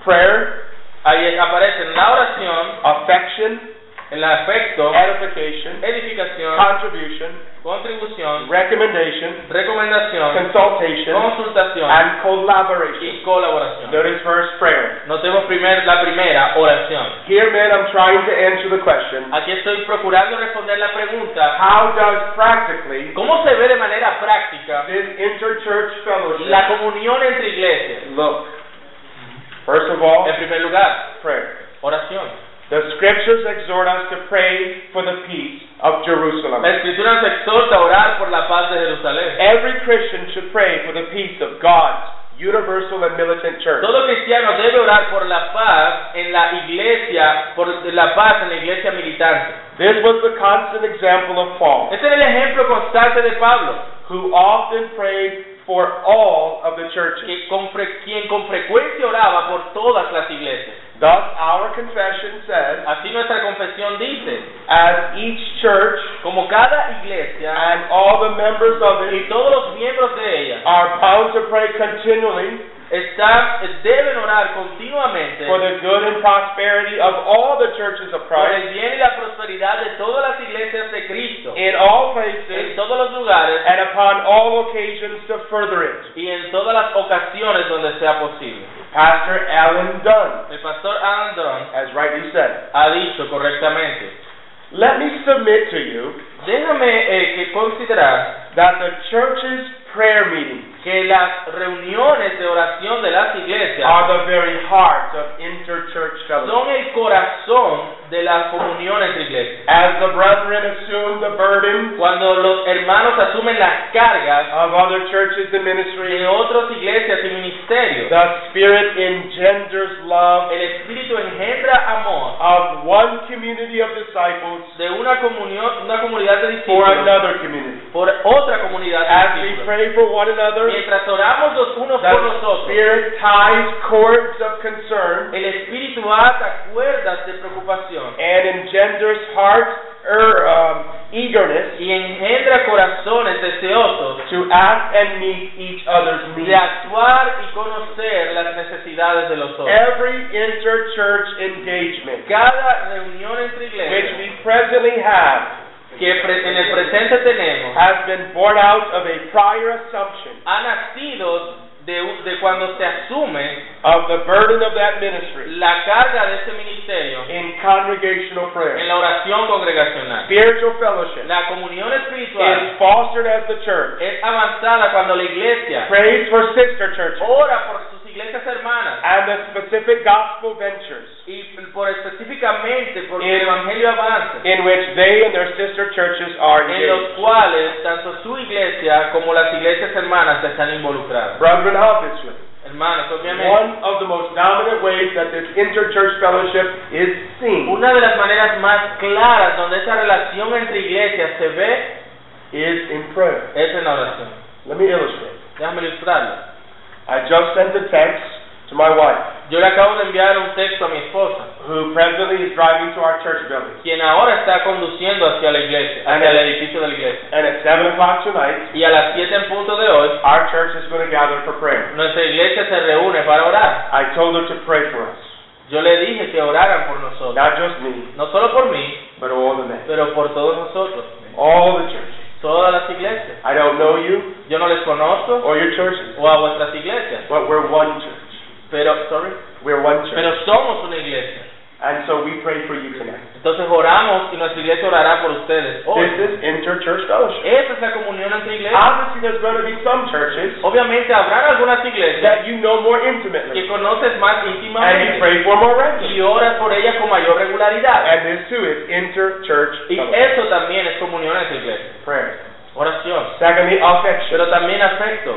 [SPEAKER 2] Prayer,
[SPEAKER 1] Ahí aparecen la oración,
[SPEAKER 2] affection,
[SPEAKER 1] el aspecto
[SPEAKER 2] edification,
[SPEAKER 1] edificación,
[SPEAKER 2] contribution,
[SPEAKER 1] contribución,
[SPEAKER 2] recommendation,
[SPEAKER 1] recomendación,
[SPEAKER 2] consultation,
[SPEAKER 1] consultación
[SPEAKER 2] and collaboration.
[SPEAKER 1] y colaboración.
[SPEAKER 2] Notice first prayer.
[SPEAKER 1] Notemos primer, la primera, oración.
[SPEAKER 2] Here, man, I'm trying to answer the question,
[SPEAKER 1] Aquí estoy procurando responder la pregunta,
[SPEAKER 2] how does practically
[SPEAKER 1] ¿cómo se ve de manera práctica
[SPEAKER 2] this interchurch
[SPEAKER 1] la
[SPEAKER 2] fellowship
[SPEAKER 1] comunión entre iglesias?
[SPEAKER 2] look? First of all,
[SPEAKER 1] En primer lugar,
[SPEAKER 2] prayer.
[SPEAKER 1] oración.
[SPEAKER 2] The scriptures exhort us to pray for the peace of Jerusalem.
[SPEAKER 1] La Escritura nos exhorta a orar por la paz de Jerusalén.
[SPEAKER 2] Every Christian should pray for the peace of God's universal and militant church.
[SPEAKER 1] Todo cristiano debe orar por la paz en la iglesia, por la paz en la iglesia militante.
[SPEAKER 2] This was the constant example of Paul,
[SPEAKER 1] Este es el ejemplo constante de Pablo,
[SPEAKER 2] who often prayed for all of the churches.
[SPEAKER 1] que con fre- quien con frecuencia oraba por todas las iglesias.
[SPEAKER 2] Thus, our confession says,
[SPEAKER 1] Así nuestra confesión dice,
[SPEAKER 2] as each church
[SPEAKER 1] como cada iglesia
[SPEAKER 2] and all the members of
[SPEAKER 1] y
[SPEAKER 2] it
[SPEAKER 1] todos los miembros de ella
[SPEAKER 2] are bound to pray continually
[SPEAKER 1] están, deben orar continuamente
[SPEAKER 2] for the good and prosperity of all the churches of
[SPEAKER 1] por
[SPEAKER 2] Christ
[SPEAKER 1] el bien y la prosperidad de todas las iglesias de Cristo,
[SPEAKER 2] in all
[SPEAKER 1] en
[SPEAKER 2] places
[SPEAKER 1] todos los lugares
[SPEAKER 2] and upon all occasions to further it.
[SPEAKER 1] y en todas las ocasiones donde sea posible.
[SPEAKER 2] Pastor Alan Dunn
[SPEAKER 1] El pastor Andron
[SPEAKER 2] has rightly said,
[SPEAKER 1] ha dicho correctamente,
[SPEAKER 2] Let me submit to you
[SPEAKER 1] déjame eh, que considerar
[SPEAKER 2] that the church's prayer meetings
[SPEAKER 1] que las reuniones de oración de las iglesias
[SPEAKER 2] are the very heart of interchurch fellowship.
[SPEAKER 1] son el corazón de la comunión entre iglesias.
[SPEAKER 2] As the brethren assume the burden
[SPEAKER 1] Cuando los hermanos asumen las cargas
[SPEAKER 2] of other churches and
[SPEAKER 1] de
[SPEAKER 2] ministries,
[SPEAKER 1] otras iglesias y ministerios,
[SPEAKER 2] the Spirit engenders love
[SPEAKER 1] el Espíritu engendra amor
[SPEAKER 2] of one community of disciples
[SPEAKER 1] de una comunión, una comunidad de
[SPEAKER 2] for
[SPEAKER 1] discípulos
[SPEAKER 2] another community.
[SPEAKER 1] por otra comunidad
[SPEAKER 2] As
[SPEAKER 1] de
[SPEAKER 2] we
[SPEAKER 1] discípulos.
[SPEAKER 2] pray for one another,
[SPEAKER 1] Mientras oramos los unos
[SPEAKER 2] the
[SPEAKER 1] por los otros,
[SPEAKER 2] Spirit ties cords of concern
[SPEAKER 1] El espíritu ata cuerdas de preocupación
[SPEAKER 2] and engenders heart er, um, eagerness
[SPEAKER 1] y engendra corazones deseosos
[SPEAKER 2] to ask and meet each other's
[SPEAKER 1] de
[SPEAKER 2] needs.
[SPEAKER 1] actuar y conocer las necesidades de los otros.
[SPEAKER 2] Every interchurch engagement
[SPEAKER 1] Cada reunión entre
[SPEAKER 2] which
[SPEAKER 1] iglesias
[SPEAKER 2] we presently have
[SPEAKER 1] que pre- en el presente tenemos
[SPEAKER 2] has been born out of a prior assumption
[SPEAKER 1] ha nacido de, u- de cuando se asume
[SPEAKER 2] of the burden of that ministry
[SPEAKER 1] la carga de ese ministerio
[SPEAKER 2] in congregational
[SPEAKER 1] en
[SPEAKER 2] prayer.
[SPEAKER 1] la oración congregacional.
[SPEAKER 2] Spiritual fellowship
[SPEAKER 1] La comunión espiritual
[SPEAKER 2] is fostered as the church
[SPEAKER 1] es avanzada cuando la iglesia
[SPEAKER 2] prays for sister churches
[SPEAKER 1] ora por sus iglesias hermanas
[SPEAKER 2] and the specific gospel ventures
[SPEAKER 1] y por específicamente por
[SPEAKER 2] En-
[SPEAKER 1] el evangelio avanza
[SPEAKER 2] in which they and their sister churches are
[SPEAKER 1] en los
[SPEAKER 2] engaged.
[SPEAKER 1] cuales tanto su iglesia como las iglesias hermanas están involucradas
[SPEAKER 2] Brethren, obviously,
[SPEAKER 1] hermanos obviamente
[SPEAKER 2] one of the most dominant ways that this interchurch fellowship is seen
[SPEAKER 1] una de las maneras más claras donde esa relación entre iglesias se ve
[SPEAKER 2] is in prayer.
[SPEAKER 1] es en la oración
[SPEAKER 2] Let me illustrate.
[SPEAKER 1] déjame ilustrarlo
[SPEAKER 2] I just sent a text to my wife,
[SPEAKER 1] yo le acabo de enviar un texto a mi esposa
[SPEAKER 2] who presently is driving to our church building.
[SPEAKER 1] quien ahora está conduciendo hacia la iglesia hacia el edificio de la iglesia
[SPEAKER 2] And at 7 o'clock tonight,
[SPEAKER 1] y a las 7 en punto de hoy
[SPEAKER 2] our church is going to gather for prayer.
[SPEAKER 1] nuestra iglesia se reúne para orar
[SPEAKER 2] I told her to pray for us.
[SPEAKER 1] yo le dije que oraran por nosotros
[SPEAKER 2] Not just me,
[SPEAKER 1] no solo por mí
[SPEAKER 2] but all the men.
[SPEAKER 1] pero por todos nosotros,
[SPEAKER 2] All the churches.
[SPEAKER 1] todas las iglesias.
[SPEAKER 2] I don't know you
[SPEAKER 1] Yo no les conozco
[SPEAKER 2] or your churches,
[SPEAKER 1] o a vuestras iglesias,
[SPEAKER 2] but we're one church.
[SPEAKER 1] pero sorry,
[SPEAKER 2] We're one church.
[SPEAKER 1] pero somos una iglesia.
[SPEAKER 2] And so we pray for you tonight.
[SPEAKER 1] Entonces oramos y nuestra iglesia orará por ustedes.
[SPEAKER 2] This
[SPEAKER 1] Hoy,
[SPEAKER 2] is interchurch fellowship.
[SPEAKER 1] esa es la comunión entre iglesias.
[SPEAKER 2] Obviously, there's going to be some churches
[SPEAKER 1] Obviamente habrá algunas iglesias
[SPEAKER 2] that you know more
[SPEAKER 1] que
[SPEAKER 2] intimately,
[SPEAKER 1] conoces más
[SPEAKER 2] and you
[SPEAKER 1] íntimamente
[SPEAKER 2] pray for more regularly.
[SPEAKER 1] y oras por ellas con mayor regularidad.
[SPEAKER 2] And this too is interchurch
[SPEAKER 1] Y
[SPEAKER 2] fellowship.
[SPEAKER 1] eso también es comunión entre iglesias,
[SPEAKER 2] prayer.
[SPEAKER 1] oración,
[SPEAKER 2] Secondly, affection.
[SPEAKER 1] pero también afecto.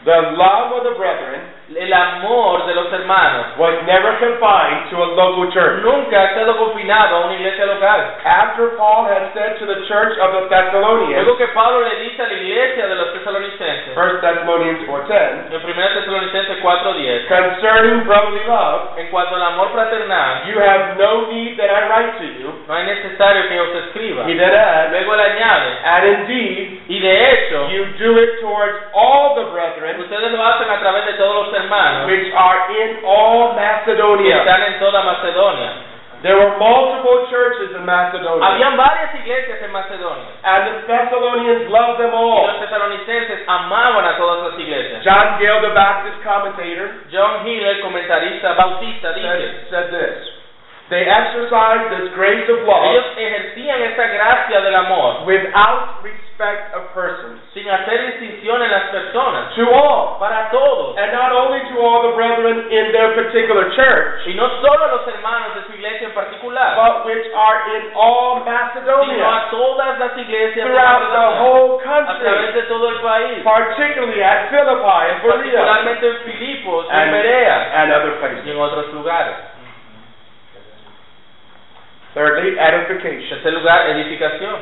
[SPEAKER 2] The love of the brethren
[SPEAKER 1] El amor de los hermanos
[SPEAKER 2] was never confined to a local church.
[SPEAKER 1] nunca ha estado confinado a una iglesia local.
[SPEAKER 2] After Paul had said to the church of the Thessalonians,
[SPEAKER 1] Luego que Pablo le dice a la iglesia de los tesalonicenses,
[SPEAKER 2] 1 Thessalonians 4.10,
[SPEAKER 1] en 1 Tesalonicenses 4.10,
[SPEAKER 2] concerning brotherly love,
[SPEAKER 1] en cuanto al amor fraternal,
[SPEAKER 2] you have no need that I write to you.
[SPEAKER 1] no es necesario que os escriba.
[SPEAKER 2] He then adds,
[SPEAKER 1] Luego él añade,
[SPEAKER 2] and indeed,
[SPEAKER 1] y de hecho,
[SPEAKER 2] you do it towards all the brethren
[SPEAKER 1] ustedes lo hacen a través de todos los hermanos
[SPEAKER 2] which are in all
[SPEAKER 1] que
[SPEAKER 2] Macedonia.
[SPEAKER 1] están en toda Macedonia.
[SPEAKER 2] There were multiple churches in Macedonia,
[SPEAKER 1] Habían varias iglesias en Macedonia.
[SPEAKER 2] and the Thessalonians loved them
[SPEAKER 1] Y
[SPEAKER 2] all.
[SPEAKER 1] los tesalonicenses amaban a todas las iglesias.
[SPEAKER 2] John Gale, the Baptist commentator,
[SPEAKER 1] John Hill, el comentarista bautista, dice,
[SPEAKER 2] said, said this They exercised this grace of
[SPEAKER 1] ellos
[SPEAKER 2] love
[SPEAKER 1] ejercían esta gracia del amor
[SPEAKER 2] without respect of persons
[SPEAKER 1] sin hacer distinción en las personas,
[SPEAKER 2] to all,
[SPEAKER 1] para todos,
[SPEAKER 2] and not only to all the brethren in their particular church,
[SPEAKER 1] y no solo a los hermanos de su iglesia en particular,
[SPEAKER 2] but which are in all
[SPEAKER 1] sino
[SPEAKER 2] Macedonia
[SPEAKER 1] a todas las iglesias de
[SPEAKER 2] throughout the
[SPEAKER 1] Macedonia,
[SPEAKER 2] whole
[SPEAKER 1] a través
[SPEAKER 2] country,
[SPEAKER 1] de todo el país,
[SPEAKER 2] particularly at Philippi and Berea
[SPEAKER 1] particularmente en Filipos, en
[SPEAKER 2] and,
[SPEAKER 1] Berea
[SPEAKER 2] and other places.
[SPEAKER 1] y en otros lugares. En
[SPEAKER 2] Thirdly, edification.
[SPEAKER 1] tercer lugar, edificación.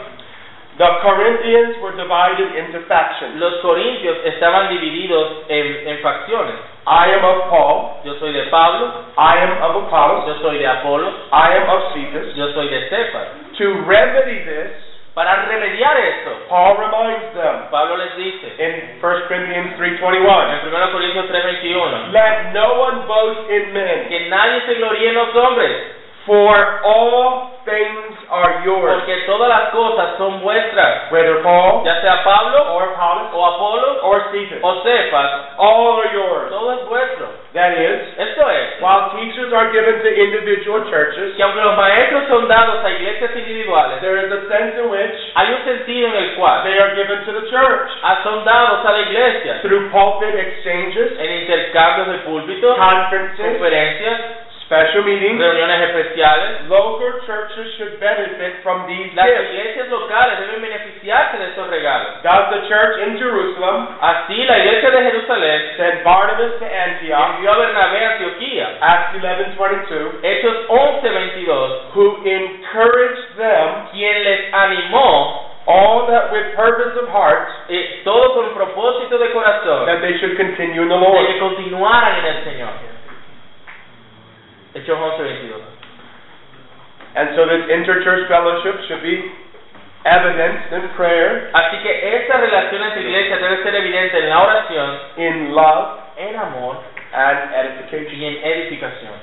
[SPEAKER 2] The Corinthians were divided into factions.
[SPEAKER 1] Los corintios estaban divididos en, en facciones.
[SPEAKER 2] I am of Paul,
[SPEAKER 1] Yo soy de Pablo,
[SPEAKER 2] I am of Apollos,
[SPEAKER 1] yo soy de Apolo,
[SPEAKER 2] I am of Cephas.
[SPEAKER 1] yo soy de Cefas.
[SPEAKER 2] To remedy this,
[SPEAKER 1] Para remediar esto,
[SPEAKER 2] Paul reminds them
[SPEAKER 1] Pablo les dice
[SPEAKER 2] in 1 Corinthians
[SPEAKER 1] en
[SPEAKER 2] 3:21,
[SPEAKER 1] 1 Corintios 3:21
[SPEAKER 2] let no one boast in men,
[SPEAKER 1] que nadie se gloríe en los hombres,
[SPEAKER 2] for all things are yours,
[SPEAKER 1] porque todas las cosas son vuestras,
[SPEAKER 2] whether Paul
[SPEAKER 1] ya sea Pablo
[SPEAKER 2] or Apollos
[SPEAKER 1] o Apolo
[SPEAKER 2] or Cephas.
[SPEAKER 1] o Cefas,
[SPEAKER 2] All are yours.
[SPEAKER 1] todo es vuestro.
[SPEAKER 2] That is,
[SPEAKER 1] Esto es
[SPEAKER 2] while teachers are given to individual churches,
[SPEAKER 1] que aunque los maestros son dados a iglesias individuales,
[SPEAKER 2] there is a sense in which
[SPEAKER 1] hay un sentido en el cual
[SPEAKER 2] They are given to the church
[SPEAKER 1] ah, son dados a la iglesia
[SPEAKER 2] through pulpit exchanges,
[SPEAKER 1] en intercambios de púlpitos,
[SPEAKER 2] conferences,
[SPEAKER 1] conferencias,
[SPEAKER 2] special meetings.
[SPEAKER 1] reuniones especiales.
[SPEAKER 2] Local churches should benefit from these
[SPEAKER 1] Las
[SPEAKER 2] gifts.
[SPEAKER 1] iglesias locales deben beneficiarse de estos regalos.
[SPEAKER 2] Thus, the church in Jerusalem
[SPEAKER 1] Así la iglesia de Jerusalén
[SPEAKER 2] sent Barnabas to Antioch,
[SPEAKER 1] envió a Bernabé a Antioquía,
[SPEAKER 2] Acts 11:22,
[SPEAKER 1] Hechos 11:22,
[SPEAKER 2] who encouraged them
[SPEAKER 1] quien les animó,
[SPEAKER 2] all that with purpose of heart
[SPEAKER 1] eh, todo con propósito de corazón,
[SPEAKER 2] that they should continue in the
[SPEAKER 1] de que
[SPEAKER 2] Lord.
[SPEAKER 1] continuaran en el Señor. Hechos 11:22.
[SPEAKER 2] And so, this interchurch fellowship should be evidenced in prayer,
[SPEAKER 1] Así que esta relación entre iglesias debe ser evidente en la oración,
[SPEAKER 2] in love,
[SPEAKER 1] en amor
[SPEAKER 2] and edification.
[SPEAKER 1] y en edificación.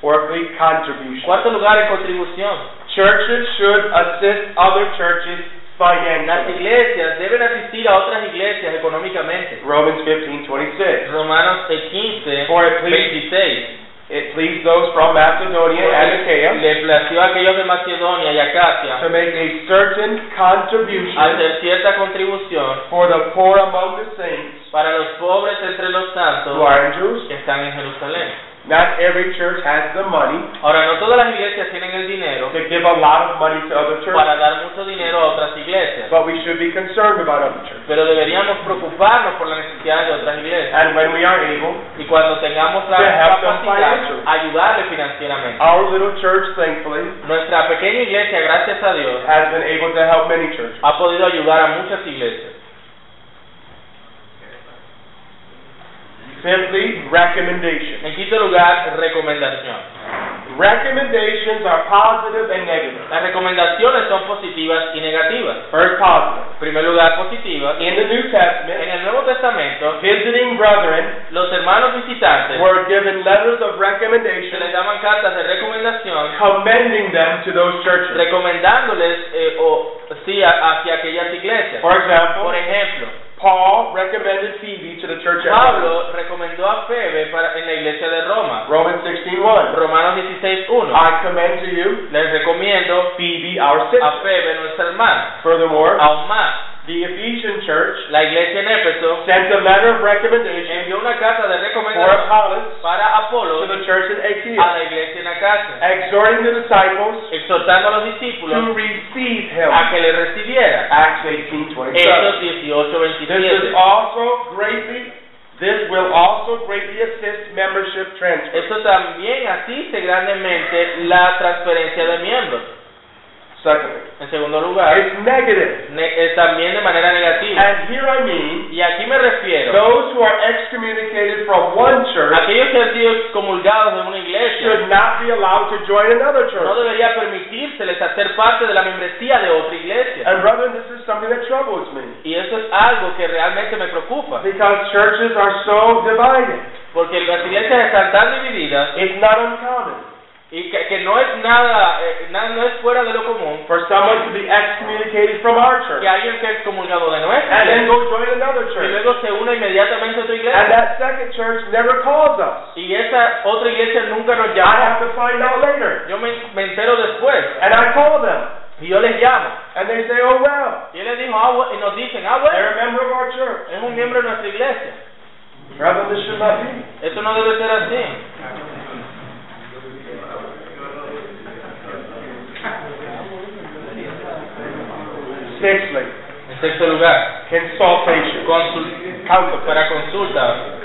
[SPEAKER 2] Fourthly, contribution.
[SPEAKER 1] Cuarto lugar, en contribución.
[SPEAKER 2] Churches should assist other churches
[SPEAKER 1] Las
[SPEAKER 2] financially.
[SPEAKER 1] iglesias deben asistir a otras iglesias económicamente.
[SPEAKER 2] Romans 15, 26.
[SPEAKER 1] Romanos 15,
[SPEAKER 2] For it pleased,
[SPEAKER 1] 26.
[SPEAKER 2] it pleased those from Macedonia and Achaia
[SPEAKER 1] le plació a aquellos de Macedonia y
[SPEAKER 2] to
[SPEAKER 1] Acacia
[SPEAKER 2] make a certain contribution
[SPEAKER 1] hacer cierta contribución
[SPEAKER 2] for the poor among the saints
[SPEAKER 1] para los pobres entre los
[SPEAKER 2] who
[SPEAKER 1] santos
[SPEAKER 2] are in Jerusalem.
[SPEAKER 1] que están en Jerusalén.
[SPEAKER 2] Not every church has the money
[SPEAKER 1] Ahora, no todas las iglesias tienen el dinero
[SPEAKER 2] to give a lot of money to other churches,
[SPEAKER 1] para dar mucho dinero a otras iglesias,
[SPEAKER 2] but we should be concerned about other churches.
[SPEAKER 1] pero deberíamos preocuparnos por las necesidades de otras iglesias
[SPEAKER 2] And when we are able,
[SPEAKER 1] y cuando tengamos la
[SPEAKER 2] To help them
[SPEAKER 1] capacidad,
[SPEAKER 2] financially.
[SPEAKER 1] ayudarle financieramente.
[SPEAKER 2] our little church, thankfully,
[SPEAKER 1] Nuestra pequeña iglesia, gracias a Dios,
[SPEAKER 2] has been able to help many churches.
[SPEAKER 1] ha podido ayudar a muchas iglesias.
[SPEAKER 2] Fifthly, recommendation.
[SPEAKER 1] En quinto lugar, recomendación.
[SPEAKER 2] Recommendations are positive and negative.
[SPEAKER 1] Las recomendaciones son positivas y negativas.
[SPEAKER 2] First, positive.
[SPEAKER 1] En primer lugar, positivas.
[SPEAKER 2] In the New
[SPEAKER 1] En
[SPEAKER 2] Testament,
[SPEAKER 1] el Nuevo Testamento,
[SPEAKER 2] visiting brethren
[SPEAKER 1] los hermanos visitantes
[SPEAKER 2] were given letters of
[SPEAKER 1] se les
[SPEAKER 2] recommendation
[SPEAKER 1] daban cartas de recomendación
[SPEAKER 2] commending them to those churches.
[SPEAKER 1] recomendándoles eh, o sí a- hacia aquellas iglesias.
[SPEAKER 2] For
[SPEAKER 1] Por
[SPEAKER 2] example,
[SPEAKER 1] ejemplo,
[SPEAKER 2] Paul recommended Phoebe to the church at Rome.
[SPEAKER 1] Pablo recomendó a Febe para, en la iglesia de Roma.
[SPEAKER 2] Romans 16:1.
[SPEAKER 1] Romanos 16.1.
[SPEAKER 2] I commend to you
[SPEAKER 1] Les recomiendo
[SPEAKER 2] Phoebe, our
[SPEAKER 1] a
[SPEAKER 2] sister.
[SPEAKER 1] Febe, nuestra hermana.
[SPEAKER 2] Furthermore,
[SPEAKER 1] Aún más,
[SPEAKER 2] the Ephesian church
[SPEAKER 1] la iglesia en Éfeso
[SPEAKER 2] sent a letter of recommendation
[SPEAKER 1] envió una carta de
[SPEAKER 2] for
[SPEAKER 1] recomendación
[SPEAKER 2] Apollos
[SPEAKER 1] para
[SPEAKER 2] to
[SPEAKER 1] Apolo
[SPEAKER 2] the church in
[SPEAKER 1] a
[SPEAKER 2] Achaia,
[SPEAKER 1] la iglesia en Acacia.
[SPEAKER 2] exhorting the disciples
[SPEAKER 1] exhortando a los
[SPEAKER 2] to
[SPEAKER 1] discípulos
[SPEAKER 2] receive him.
[SPEAKER 1] a que le recibiera.
[SPEAKER 2] Acts 18:27.
[SPEAKER 1] Hechos 18,
[SPEAKER 2] This is
[SPEAKER 1] 27.
[SPEAKER 2] also greatly, this will also greatly assist membership transfer.
[SPEAKER 1] Esto también asiste grandemente la transferencia de miembros.
[SPEAKER 2] Secondly,
[SPEAKER 1] En segundo lugar,
[SPEAKER 2] it's negative.
[SPEAKER 1] ne- eh, también de manera negativa.
[SPEAKER 2] And here I mean
[SPEAKER 1] Y aquí me refiero,
[SPEAKER 2] those who are excommunicated from one church
[SPEAKER 1] aquellos que han sido excomulgados de una iglesia
[SPEAKER 2] should not be allowed to join another
[SPEAKER 1] no
[SPEAKER 2] church.
[SPEAKER 1] debería permitírseles hacer parte de la membresía de otra iglesia.
[SPEAKER 2] And brethren, this is something that troubles me
[SPEAKER 1] Y eso es algo que realmente me preocupa,
[SPEAKER 2] because churches are so divided.
[SPEAKER 1] porque las iglesias están tan divididas,
[SPEAKER 2] It's not uncommon
[SPEAKER 1] y que, que no es nada, eh, na- no es fuera de lo común
[SPEAKER 2] for someone to be excommunicated from our
[SPEAKER 1] que
[SPEAKER 2] church
[SPEAKER 1] alguien sea excomulgado de nuestra
[SPEAKER 2] and then
[SPEAKER 1] iglesia
[SPEAKER 2] go join another
[SPEAKER 1] y
[SPEAKER 2] church.
[SPEAKER 1] luego se une inmediatamente a otra
[SPEAKER 2] And
[SPEAKER 1] iglesia
[SPEAKER 2] that second church never calls us.
[SPEAKER 1] y esa otra iglesia nunca nos
[SPEAKER 2] I
[SPEAKER 1] llama.
[SPEAKER 2] have to find out later.
[SPEAKER 1] Yo me, me entero después
[SPEAKER 2] And I call them.
[SPEAKER 1] y yo les llamo
[SPEAKER 2] And they say, oh, well,
[SPEAKER 1] y él les dijo ah, bu- y nos dicen ah bueno
[SPEAKER 2] they're a member of our church.
[SPEAKER 1] es un miembro de nuestra iglesia.
[SPEAKER 2] Brother, this should not be.
[SPEAKER 1] Esto no debe ser así.
[SPEAKER 2] Sixthly,
[SPEAKER 1] En sexto lugar,
[SPEAKER 2] consultation.
[SPEAKER 1] consul- para consulta.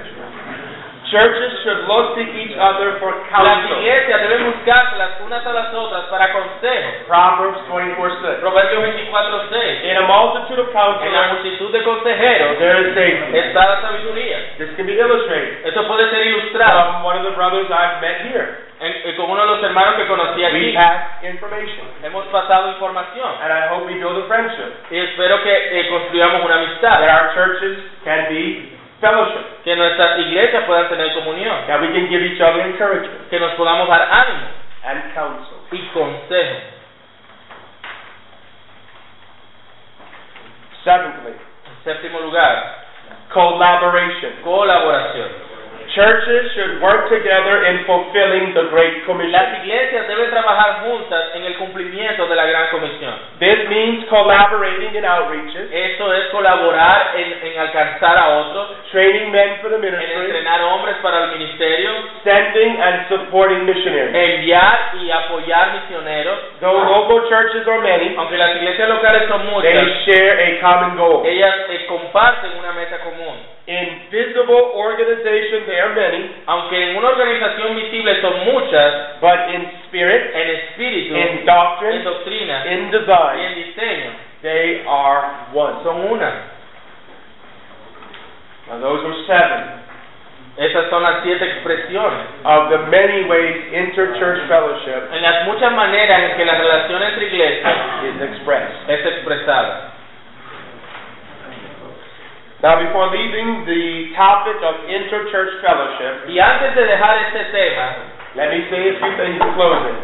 [SPEAKER 2] Churches should look to each other for
[SPEAKER 1] Las
[SPEAKER 2] counsel.
[SPEAKER 1] iglesias deben buscarlas unas a las otras para consejo.
[SPEAKER 2] Proverbs 24 6.
[SPEAKER 1] Proverbios 24:6.
[SPEAKER 2] In a multitude of
[SPEAKER 1] En la
[SPEAKER 2] counselors,
[SPEAKER 1] multitud de consejeros
[SPEAKER 2] there is safety.
[SPEAKER 1] está la sabiduría.
[SPEAKER 2] This can be illustrated
[SPEAKER 1] Esto puede ser ilustrado
[SPEAKER 2] from one of the brothers I've met here.
[SPEAKER 1] en- en- con uno de los hermanos que conocí
[SPEAKER 2] We
[SPEAKER 1] aquí.
[SPEAKER 2] pass information,
[SPEAKER 1] Hemos pasado información
[SPEAKER 2] and I hope we build a friendship.
[SPEAKER 1] y espero que eh, construyamos una
[SPEAKER 2] That
[SPEAKER 1] amistad,
[SPEAKER 2] our churches can be fellowship,
[SPEAKER 1] que nuestras iglesias puedan tener comunión,
[SPEAKER 2] that we can give each other encouragement
[SPEAKER 1] que nos podamos dar ánimo
[SPEAKER 2] and counsel.
[SPEAKER 1] y consejo.
[SPEAKER 2] Seventhly,
[SPEAKER 1] En séptimo lugar,
[SPEAKER 2] collaboration.
[SPEAKER 1] colaboración.
[SPEAKER 2] Churches should work together in fulfilling the Great Commission.
[SPEAKER 1] Las iglesias deben trabajar juntas en el cumplimiento de la gran comisión.
[SPEAKER 2] This means collaborating in outreaches,
[SPEAKER 1] Eso es colaborar en, en alcanzar a otros,
[SPEAKER 2] training men for the
[SPEAKER 1] en
[SPEAKER 2] ministry,
[SPEAKER 1] entrenar hombres para el ministerio,
[SPEAKER 2] sending and supporting missionaries.
[SPEAKER 1] enviar y apoyar misioneros.
[SPEAKER 2] Though local churches are many,
[SPEAKER 1] Aunque las iglesias locales son
[SPEAKER 2] they
[SPEAKER 1] muchas,
[SPEAKER 2] share a common goal.
[SPEAKER 1] ellas eh, comparten una meta común.
[SPEAKER 2] In visible organization, there are many,
[SPEAKER 1] Aunque en una organización visible son muchas,
[SPEAKER 2] but in spirit,
[SPEAKER 1] en espíritu,
[SPEAKER 2] in
[SPEAKER 1] en,
[SPEAKER 2] doctrine,
[SPEAKER 1] doctrina
[SPEAKER 2] in
[SPEAKER 1] y
[SPEAKER 2] design,
[SPEAKER 1] en diseño
[SPEAKER 2] they are one.
[SPEAKER 1] son una.
[SPEAKER 2] Now, those are seven
[SPEAKER 1] Esas son las siete expresiones.
[SPEAKER 2] of the many ways interchurch fellowship
[SPEAKER 1] En las muchas maneras en que la relación entre iglesias
[SPEAKER 2] is expressed.
[SPEAKER 1] es expresada.
[SPEAKER 2] Now, before leaving the topic of interchurch fellowship,
[SPEAKER 1] Y antes de dejar este tema,
[SPEAKER 2] let me say a few things in closing.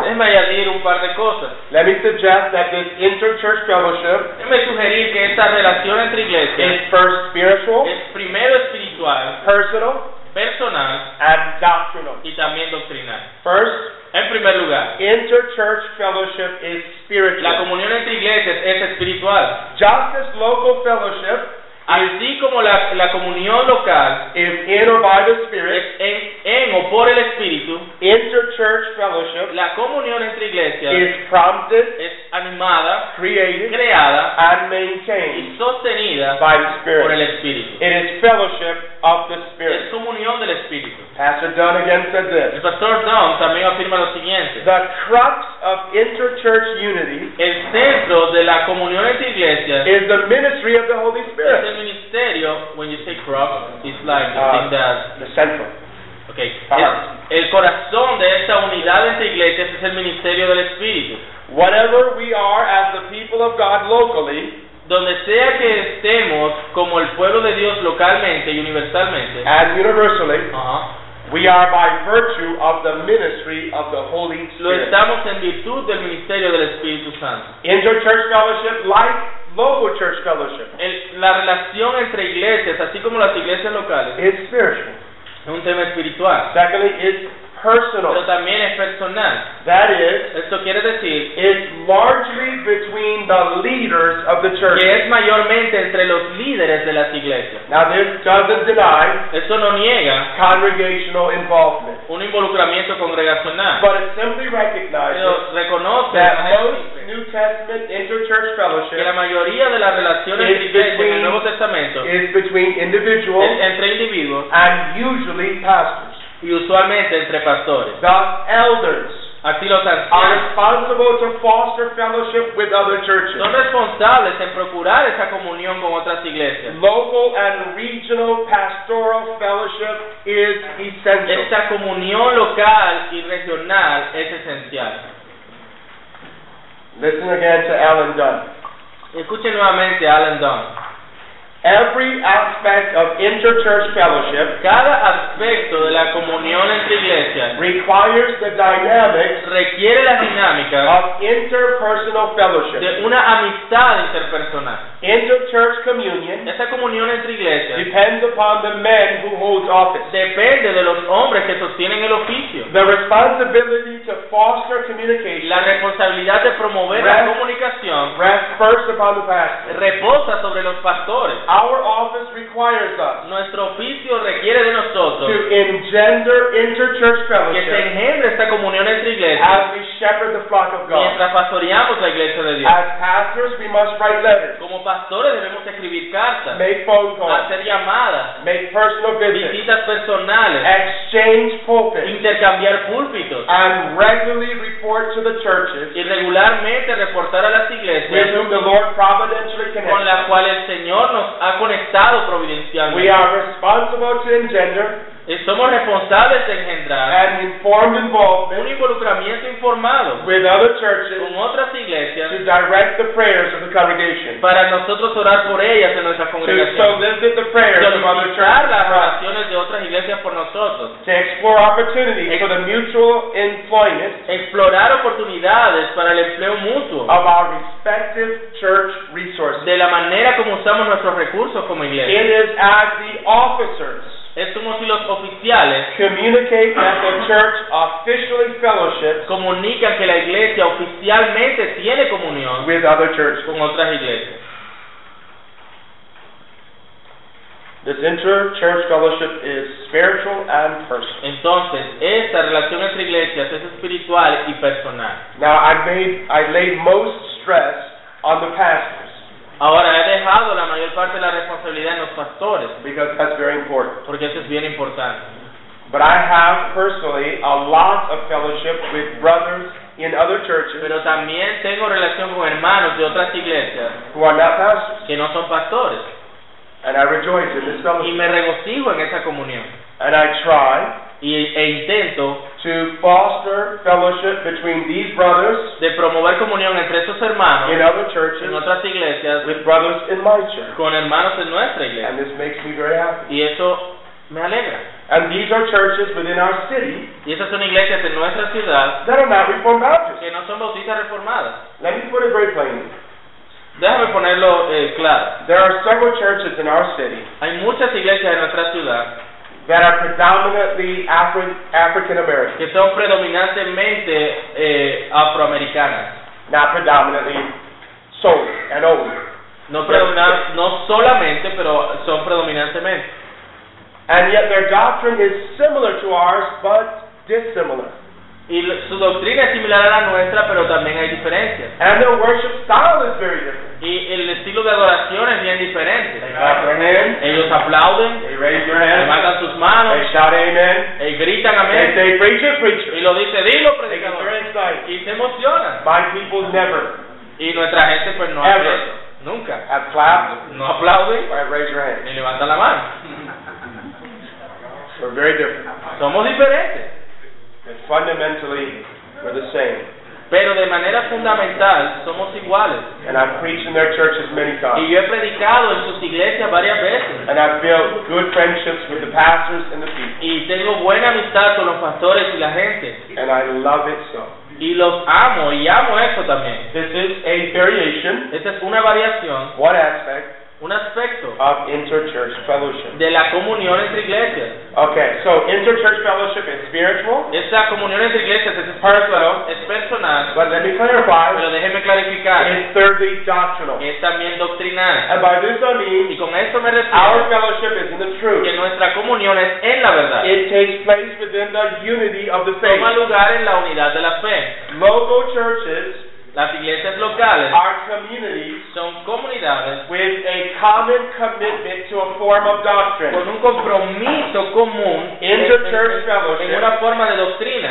[SPEAKER 1] déjeme añadir un par de cosas.
[SPEAKER 2] Let me suggest that this interchurch fellowship
[SPEAKER 1] Déjeme sugerir que esta relación entre
[SPEAKER 2] is
[SPEAKER 1] iglesias
[SPEAKER 2] first spiritual,
[SPEAKER 1] es primero espiritual,
[SPEAKER 2] personal,
[SPEAKER 1] personal
[SPEAKER 2] and doctrinal.
[SPEAKER 1] y también doctrinal.
[SPEAKER 2] First,
[SPEAKER 1] En primer lugar,
[SPEAKER 2] interchurch fellowship is
[SPEAKER 1] la
[SPEAKER 2] spiritual.
[SPEAKER 1] comunión entre iglesias es espiritual.
[SPEAKER 2] Just as local fellowship
[SPEAKER 1] Así como la, la comunión local
[SPEAKER 2] is in or by the Spirit,
[SPEAKER 1] es en, en o por el espíritu,
[SPEAKER 2] interchurch fellowship
[SPEAKER 1] la comunión entre iglesias
[SPEAKER 2] is prompted,
[SPEAKER 1] es animada,
[SPEAKER 2] created,
[SPEAKER 1] creada
[SPEAKER 2] and
[SPEAKER 1] y
[SPEAKER 2] maintained
[SPEAKER 1] sostenida
[SPEAKER 2] by the
[SPEAKER 1] por el
[SPEAKER 2] Spirit.
[SPEAKER 1] espíritu.
[SPEAKER 2] It is fellowship of the
[SPEAKER 1] es
[SPEAKER 2] Spirit.
[SPEAKER 1] comunión del Espíritu.
[SPEAKER 2] Pastor Dunn again said this.
[SPEAKER 1] El pastor Down también afirma lo siguiente.
[SPEAKER 2] The crux of interchurch unity
[SPEAKER 1] El centro de la comunión entre iglesias
[SPEAKER 2] is the ministry of the Holy
[SPEAKER 1] es
[SPEAKER 2] Spirit.
[SPEAKER 1] el ministerio, when you say cross, it's like the
[SPEAKER 2] Ah.
[SPEAKER 1] thing that-
[SPEAKER 2] The central.
[SPEAKER 1] okay.
[SPEAKER 2] Ah.
[SPEAKER 1] Es- el corazón de esta unidad entre iglesias es el ministerio del Espíritu.
[SPEAKER 2] Whatever we are as the people of God locally,
[SPEAKER 1] Donde sea que estemos como el pueblo de Dios localmente y universalmente,
[SPEAKER 2] and universally,
[SPEAKER 1] ajá,
[SPEAKER 2] we are by virtue of the ministry of the Holy
[SPEAKER 1] lo
[SPEAKER 2] Spirit.
[SPEAKER 1] estamos en virtud del ministerio del Espíritu Santo.
[SPEAKER 2] Interchurch fellowship, like local church fellowship,
[SPEAKER 1] El- la relación entre iglesias, así como las iglesias locales,
[SPEAKER 2] is spiritual.
[SPEAKER 1] es un tema espiritual.
[SPEAKER 2] Secondly, it's
[SPEAKER 1] pero
[SPEAKER 2] personal.
[SPEAKER 1] también es personal.
[SPEAKER 2] That is,
[SPEAKER 1] Esto quiere decir
[SPEAKER 2] it's largely between the leaders of the
[SPEAKER 1] que
[SPEAKER 2] church.
[SPEAKER 1] es mayormente entre los líderes de las iglesias.
[SPEAKER 2] Now, this doesn't deny
[SPEAKER 1] Esto no niega
[SPEAKER 2] congregational involvement,
[SPEAKER 1] un involucramiento congregacional,
[SPEAKER 2] but it simply recognizes
[SPEAKER 1] pero reconoce
[SPEAKER 2] that
[SPEAKER 1] la
[SPEAKER 2] most
[SPEAKER 1] gente
[SPEAKER 2] New Testament
[SPEAKER 1] que
[SPEAKER 2] interchurch
[SPEAKER 1] la
[SPEAKER 2] fellowship
[SPEAKER 1] mayoría de las relaciones entre
[SPEAKER 2] It's
[SPEAKER 1] iglesias en el
[SPEAKER 2] between-
[SPEAKER 1] Nuevo Testamento es
[SPEAKER 2] is between individuals
[SPEAKER 1] entre individuos
[SPEAKER 2] and usually pastors.
[SPEAKER 1] y usualmente entre pastores.
[SPEAKER 2] Thus, elders
[SPEAKER 1] Así los
[SPEAKER 2] are
[SPEAKER 1] ancianos
[SPEAKER 2] responsible to foster fellowship with other churches.
[SPEAKER 1] son responsables en procurar esa comunión con otras iglesias.
[SPEAKER 2] Local and regional pastoral fellowship is essential.
[SPEAKER 1] Esta comunión local y regional es esencial.
[SPEAKER 2] Listen again to Alan Dunn.
[SPEAKER 1] Escuchen nuevamente a Alan Dunn.
[SPEAKER 2] Every aspect of interchurch fellowship
[SPEAKER 1] Cada aspecto de la comunión entre iglesias
[SPEAKER 2] requires the dynamics
[SPEAKER 1] requiere las dinámicas
[SPEAKER 2] of interpersonal fellowship.
[SPEAKER 1] de una amistad interpersonal.
[SPEAKER 2] Interchurch communion
[SPEAKER 1] Esta comunión entre iglesias
[SPEAKER 2] depends upon the men who hold office.
[SPEAKER 1] depende de los hombres que sostienen el oficio.
[SPEAKER 2] The responsibility to foster communication
[SPEAKER 1] La responsabilidad de promover la comunicación
[SPEAKER 2] rests first upon the pastor.
[SPEAKER 1] reposa sobre los pastores.
[SPEAKER 2] Our office requires us
[SPEAKER 1] Nuestro oficio requiere de
[SPEAKER 2] to
[SPEAKER 1] nosotros
[SPEAKER 2] engender
[SPEAKER 1] que
[SPEAKER 2] interchurch
[SPEAKER 1] se
[SPEAKER 2] fellowship
[SPEAKER 1] engendre esta comunión entre
[SPEAKER 2] as
[SPEAKER 1] iglesias
[SPEAKER 2] we shepherd the flock of God.
[SPEAKER 1] mientras pastoreamos la iglesia de Dios.
[SPEAKER 2] As pastors, we must write letters,
[SPEAKER 1] Como pastores debemos escribir cartas,
[SPEAKER 2] make phone calls,
[SPEAKER 1] hacer llamadas,
[SPEAKER 2] make personal visits,
[SPEAKER 1] visitas personales,
[SPEAKER 2] exchange pulpits,
[SPEAKER 1] intercambiar púlpitos
[SPEAKER 2] Ah. and regularly report to the churches
[SPEAKER 1] y regularmente reportar a las
[SPEAKER 2] with whom the
[SPEAKER 1] iglesias
[SPEAKER 2] Lord providentially
[SPEAKER 1] con
[SPEAKER 2] connects.
[SPEAKER 1] las cuales el Señor nos ha conectado providencialmente.
[SPEAKER 2] We are responsible to engender
[SPEAKER 1] Eh, Somos responsables de engendrar
[SPEAKER 2] and informed
[SPEAKER 1] un
[SPEAKER 2] involvement
[SPEAKER 1] involucramiento informado
[SPEAKER 2] with other churches
[SPEAKER 1] con otras
[SPEAKER 2] to
[SPEAKER 1] iglesias
[SPEAKER 2] direct the prayers of the congregation,
[SPEAKER 1] para nosotros orar por ellas en nuestras
[SPEAKER 2] to
[SPEAKER 1] congregaciones,
[SPEAKER 2] solicit the prayers of other
[SPEAKER 1] solicitar
[SPEAKER 2] churches,
[SPEAKER 1] las oraciones de otras iglesias por nosotros,
[SPEAKER 2] to explore opportunities for the mutual employment
[SPEAKER 1] explorar oportunidades para el empleo mutuo
[SPEAKER 2] of our respective church resources.
[SPEAKER 1] de la manera como usamos nuestros recursos como iglesia.
[SPEAKER 2] It is as the officers
[SPEAKER 1] Es como si los oficiales
[SPEAKER 2] communicate that the church officially fellowships
[SPEAKER 1] comunican que la iglesia oficialmente tiene comunión
[SPEAKER 2] with other churches.
[SPEAKER 1] con otras iglesias.
[SPEAKER 2] This interchurch fellowship is spiritual and personal.
[SPEAKER 1] Entonces, esta relación entre iglesias es espiritual y personal.
[SPEAKER 2] Now, I made I laid most stress on the pastors
[SPEAKER 1] Ahora he dejado la mayor parte de la responsabilidad en los pastores,
[SPEAKER 2] because that's very important.
[SPEAKER 1] porque eso es bien importante.
[SPEAKER 2] But I have personally a lot of fellowship with brothers in other churches
[SPEAKER 1] Pero también tengo relación con hermanos de otras iglesias
[SPEAKER 2] who are not pastors,
[SPEAKER 1] que no son pastores
[SPEAKER 2] and I rejoice in this
[SPEAKER 1] y
[SPEAKER 2] fellowship.
[SPEAKER 1] me regocijo en esa comunión
[SPEAKER 2] And I try
[SPEAKER 1] y, e intento
[SPEAKER 2] to foster fellowship between these brothers
[SPEAKER 1] de promover comunión entre esos
[SPEAKER 2] in
[SPEAKER 1] hermanos
[SPEAKER 2] other
[SPEAKER 1] en
[SPEAKER 2] churches
[SPEAKER 1] otras iglesias
[SPEAKER 2] with brothers in my church.
[SPEAKER 1] con hermanos en nuestra iglesia.
[SPEAKER 2] And this makes me very happy.
[SPEAKER 1] Y eso me alegra.
[SPEAKER 2] And these are churches within our city
[SPEAKER 1] Y esas son iglesias en nuestra ciudad
[SPEAKER 2] that are not Reformed Baptists.
[SPEAKER 1] que no son bautistas reformadas.
[SPEAKER 2] Let me put it very plainly.
[SPEAKER 1] Déjame ponerlo eh, claro.
[SPEAKER 2] There are several churches in our city
[SPEAKER 1] Hay muchas iglesias en nuestra ciudad
[SPEAKER 2] that are predominantly Afri- African American.
[SPEAKER 1] que son predominantemente eh, afroamericanas.
[SPEAKER 2] Not predominantly solely and only.
[SPEAKER 1] No, predomina- no solamente, pero son predominantemente.
[SPEAKER 2] And yet their doctrine is similar to ours, but dissimilar.
[SPEAKER 1] Y l- su doctrina es similar a la nuestra, pero también hay diferencias.
[SPEAKER 2] And their worship style is very different.
[SPEAKER 1] Y el estilo de adoración es bien
[SPEAKER 2] They
[SPEAKER 1] diferente.
[SPEAKER 2] clap their hands,
[SPEAKER 1] Ellos aplauden,
[SPEAKER 2] they raise their hands,
[SPEAKER 1] levantan sus
[SPEAKER 2] they
[SPEAKER 1] manos,
[SPEAKER 2] shout amen,
[SPEAKER 1] eh, gritan
[SPEAKER 2] They
[SPEAKER 1] amén
[SPEAKER 2] say, preach it, preach
[SPEAKER 1] y
[SPEAKER 2] it.
[SPEAKER 1] lo dice, dilo
[SPEAKER 2] They get
[SPEAKER 1] predicador.
[SPEAKER 2] their insight.
[SPEAKER 1] Y se emocionan.
[SPEAKER 2] My people never
[SPEAKER 1] Y nuestra gente pues no hace
[SPEAKER 2] Ever.
[SPEAKER 1] eso. Nunca.
[SPEAKER 2] have clapped.
[SPEAKER 1] No aplauden
[SPEAKER 2] All right, raise your hand.
[SPEAKER 1] ni levantan la mano.
[SPEAKER 2] We're very different.
[SPEAKER 1] Somos diferentes.
[SPEAKER 2] But fundamentally, we're the same.
[SPEAKER 1] Pero de manera fundamental somos iguales.
[SPEAKER 2] And I've preached in their churches many
[SPEAKER 1] Y
[SPEAKER 2] times.
[SPEAKER 1] yo he predicado en sus iglesias varias veces.
[SPEAKER 2] And I've built good friendships with the pastors and the people.
[SPEAKER 1] Y tengo buena amistad con los pastores y la gente.
[SPEAKER 2] And I love it so.
[SPEAKER 1] Y los amo y amo eso también.
[SPEAKER 2] This is a variation,
[SPEAKER 1] Esta es una variación,
[SPEAKER 2] one aspect
[SPEAKER 1] un aspecto
[SPEAKER 2] of interchurch fellowship.
[SPEAKER 1] de la comunión entre iglesias.
[SPEAKER 2] Okay, so interchurch fellowship is spiritual,
[SPEAKER 1] Esta comunión entre iglesias es personal,
[SPEAKER 2] personal,
[SPEAKER 1] es personal
[SPEAKER 2] but let me clarify,
[SPEAKER 1] pero déjeme clarificar,
[SPEAKER 2] it's thirdly doctrinal.
[SPEAKER 1] es también doctrinal.
[SPEAKER 2] And by this I mean
[SPEAKER 1] Y con esto me
[SPEAKER 2] Our
[SPEAKER 1] refiero
[SPEAKER 2] fellowship is in the
[SPEAKER 1] que
[SPEAKER 2] truth.
[SPEAKER 1] nuestra comunión es en la verdad.
[SPEAKER 2] It takes place within the unity of the faith.
[SPEAKER 1] Toma lugar en la unidad de la fe.
[SPEAKER 2] Local churches
[SPEAKER 1] Las iglesias locales
[SPEAKER 2] are communities
[SPEAKER 1] son comunidades
[SPEAKER 2] with a common commitment to a form of doctrine.
[SPEAKER 1] con un compromiso común en,
[SPEAKER 2] Interchurch
[SPEAKER 1] en- en
[SPEAKER 2] fellowship,
[SPEAKER 1] una forma de doctrina.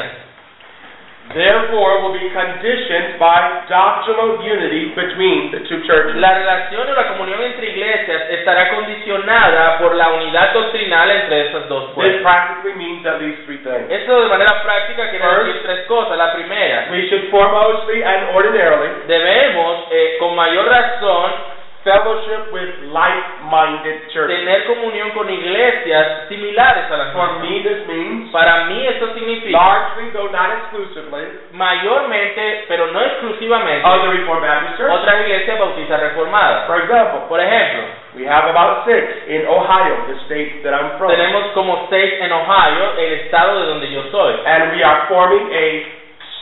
[SPEAKER 2] therefore, will be conditioned by doctrinal unity between the two churches.
[SPEAKER 1] La relación o la comunión entre iglesias estará condicionada por la unidad doctrinal entre esas dos
[SPEAKER 2] This
[SPEAKER 1] fuerzas.
[SPEAKER 2] practically means at least three things.
[SPEAKER 1] Esto de manera práctica quiere
[SPEAKER 2] First.
[SPEAKER 1] decir tres cosas. La primera,
[SPEAKER 2] We should foremostly and ordinarily
[SPEAKER 1] debemos eh, con mayor razón
[SPEAKER 2] fellowship with like-minded churches.
[SPEAKER 1] Tener comunión con iglesias similares a la
[SPEAKER 2] For
[SPEAKER 1] nuestra.
[SPEAKER 2] me, this means
[SPEAKER 1] Para mí eso significa
[SPEAKER 2] largely, though not exclusively,
[SPEAKER 1] mayormente, pero no exclusivamente,
[SPEAKER 2] other Reformed Baptist churches.
[SPEAKER 1] otras iglesias bautistas reformadas.
[SPEAKER 2] For example,
[SPEAKER 1] Por ejemplo,
[SPEAKER 2] we have about six in Ohio, the state that I'm from, and
[SPEAKER 1] tenemos como seis en Ohio, el estado de donde yo soy.
[SPEAKER 2] we are forming a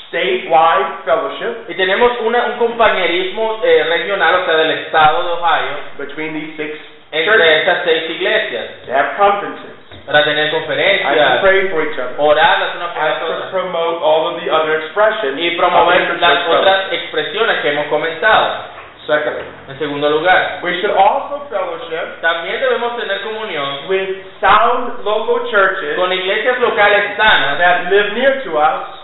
[SPEAKER 2] statewide fellowship
[SPEAKER 1] Y tenemos una- un compañerismo eh, regional, o sea, del estado de Ohio,
[SPEAKER 2] between these six
[SPEAKER 1] entre
[SPEAKER 2] churches
[SPEAKER 1] estas seis iglesias,
[SPEAKER 2] to have conferences
[SPEAKER 1] para tener
[SPEAKER 2] and to
[SPEAKER 1] conferencias,
[SPEAKER 2] pray for each other
[SPEAKER 1] orar las unas por
[SPEAKER 2] and
[SPEAKER 1] las
[SPEAKER 2] to
[SPEAKER 1] otras
[SPEAKER 2] promote all of the other expressions
[SPEAKER 1] y
[SPEAKER 2] of
[SPEAKER 1] promover
[SPEAKER 2] interchurch
[SPEAKER 1] las
[SPEAKER 2] fellowship.
[SPEAKER 1] otras expresiones que hemos comenzado.
[SPEAKER 2] Secondly,
[SPEAKER 1] En segundo lugar,
[SPEAKER 2] we should also fellowship
[SPEAKER 1] también debemos tener comunión
[SPEAKER 2] with sound local churches
[SPEAKER 1] con iglesias locales sanas
[SPEAKER 2] that live near to us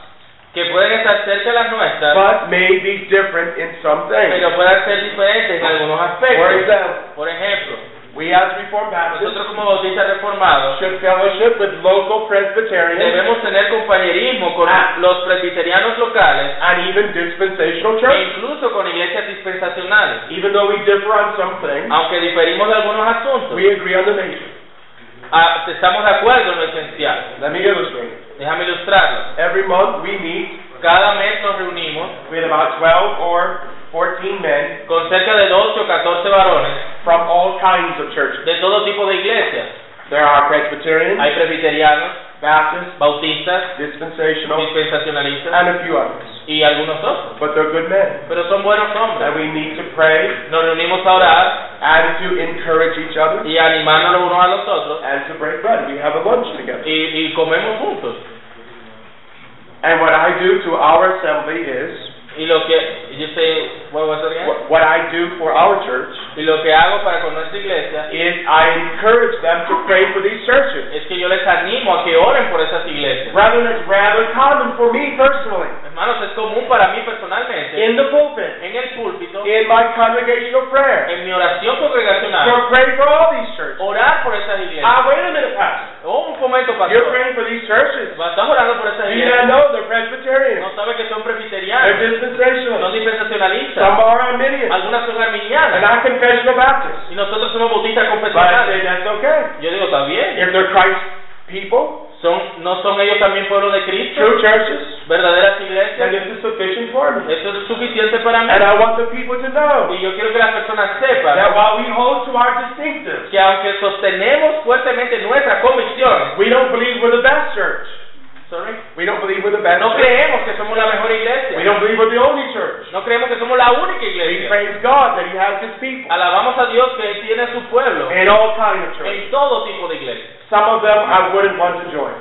[SPEAKER 1] que pueden estar cerca de las nuestras,
[SPEAKER 2] but may be different in some things.
[SPEAKER 1] pero puedan ser diferentes en algunos
[SPEAKER 2] For
[SPEAKER 1] aspectos.
[SPEAKER 2] example,
[SPEAKER 1] Por ejemplo,
[SPEAKER 2] we as Reformed
[SPEAKER 1] nosotros
[SPEAKER 2] Baptists
[SPEAKER 1] como bautistas reformados
[SPEAKER 2] should fellowship with local Presbyterians
[SPEAKER 1] debemos tener compañerismo con los presbiterianos locales
[SPEAKER 2] and even dispensational
[SPEAKER 1] e
[SPEAKER 2] churches.
[SPEAKER 1] incluso con iglesias dispensacionales,
[SPEAKER 2] Even though we differ on some things,
[SPEAKER 1] aunque diferimos de algunos asuntos.
[SPEAKER 2] we agree on the nature.
[SPEAKER 1] Ah, estamos de acuerdo en lo esencial.
[SPEAKER 2] Let me illustrate.
[SPEAKER 1] Déjame ilustrarlo.
[SPEAKER 2] Every month we meet
[SPEAKER 1] Cada mes nos reunimos
[SPEAKER 2] with about 12 or 14 men
[SPEAKER 1] con cerca de 12 o 14 varones
[SPEAKER 2] from all kinds of churches.
[SPEAKER 1] de todo tipo de iglesias.
[SPEAKER 2] There are Presbyterians,
[SPEAKER 1] Hay presbiterianos,
[SPEAKER 2] Baptists,
[SPEAKER 1] bautistas,
[SPEAKER 2] dispensational,
[SPEAKER 1] dispensationalistas
[SPEAKER 2] and a few others.
[SPEAKER 1] y algunos otros.
[SPEAKER 2] But they're good men.
[SPEAKER 1] Pero son buenos
[SPEAKER 2] And
[SPEAKER 1] hombres.
[SPEAKER 2] we need to pray
[SPEAKER 1] Nos reunimos a orar
[SPEAKER 2] and to encourage each other
[SPEAKER 1] y animarnos los unos a los otros
[SPEAKER 2] and to break bread. We have a lunch together.
[SPEAKER 1] y, y comemos juntos.
[SPEAKER 2] And what I do to our assembly is,
[SPEAKER 1] Y lo que yo sé, what was that again?
[SPEAKER 2] wh- what I do for our church
[SPEAKER 1] y lo que hago para con nuestra iglesia
[SPEAKER 2] is I encourage them to pray for these churches.
[SPEAKER 1] es que yo les animo a que oren por esas iglesias.
[SPEAKER 2] Brethren, it's rather common for me personally
[SPEAKER 1] Hermanos, es común para mí personalmente
[SPEAKER 2] in the pulpit,
[SPEAKER 1] en el púlpito,
[SPEAKER 2] in my congregational prayer.
[SPEAKER 1] en mi oración congregacional,
[SPEAKER 2] You're praying for all these churches.
[SPEAKER 1] orar por esas
[SPEAKER 2] Ah,
[SPEAKER 1] iglesias.
[SPEAKER 2] wait a minute, Pastor.
[SPEAKER 1] Oh, un momento,
[SPEAKER 2] You're
[SPEAKER 1] pastor.
[SPEAKER 2] praying for these churches.
[SPEAKER 1] Estás orando por esas
[SPEAKER 2] Do you not
[SPEAKER 1] iglesias.
[SPEAKER 2] know they're Presbyterians?
[SPEAKER 1] No sabes que son
[SPEAKER 2] They're
[SPEAKER 1] presbiterianos, son
[SPEAKER 2] dispensationalists. Some
[SPEAKER 1] dispensacionalistas,
[SPEAKER 2] are Arminians.
[SPEAKER 1] algunas son
[SPEAKER 2] And
[SPEAKER 1] arminianas
[SPEAKER 2] not confessional Baptists.
[SPEAKER 1] y nosotros somos bautistas
[SPEAKER 2] But I say
[SPEAKER 1] confesionales.
[SPEAKER 2] that's okay.
[SPEAKER 1] Yo digo, está bien.
[SPEAKER 2] If they're Christ people,
[SPEAKER 1] ¿Son, ¿No son ellos también pueblo de Cristo?
[SPEAKER 2] true churches,
[SPEAKER 1] ¿Verdaderas
[SPEAKER 2] then
[SPEAKER 1] iglesias?
[SPEAKER 2] this is sufficient for me.
[SPEAKER 1] Eso es suficiente para mí.
[SPEAKER 2] And I want the people to know
[SPEAKER 1] Y yo quiero que las personas sepan
[SPEAKER 2] that while we hold to our distinctives,
[SPEAKER 1] que aunque sostenemos fuertemente nuestra convicción,
[SPEAKER 2] we don't believe we're the best church.
[SPEAKER 1] sorry,
[SPEAKER 2] We don't believe we're the best
[SPEAKER 1] no
[SPEAKER 2] church.
[SPEAKER 1] creemos que somos la mejor
[SPEAKER 2] We
[SPEAKER 1] iglesia.
[SPEAKER 2] don't believe we're the only church.
[SPEAKER 1] No creemos que somos la única
[SPEAKER 2] We
[SPEAKER 1] iglesia.
[SPEAKER 2] praise God that He has His people
[SPEAKER 1] Alabamos a Dios que Él tiene a su pueblo
[SPEAKER 2] in all kinds of churches.
[SPEAKER 1] en todo tipo de iglesias.
[SPEAKER 2] Some of them I wouldn't want to join.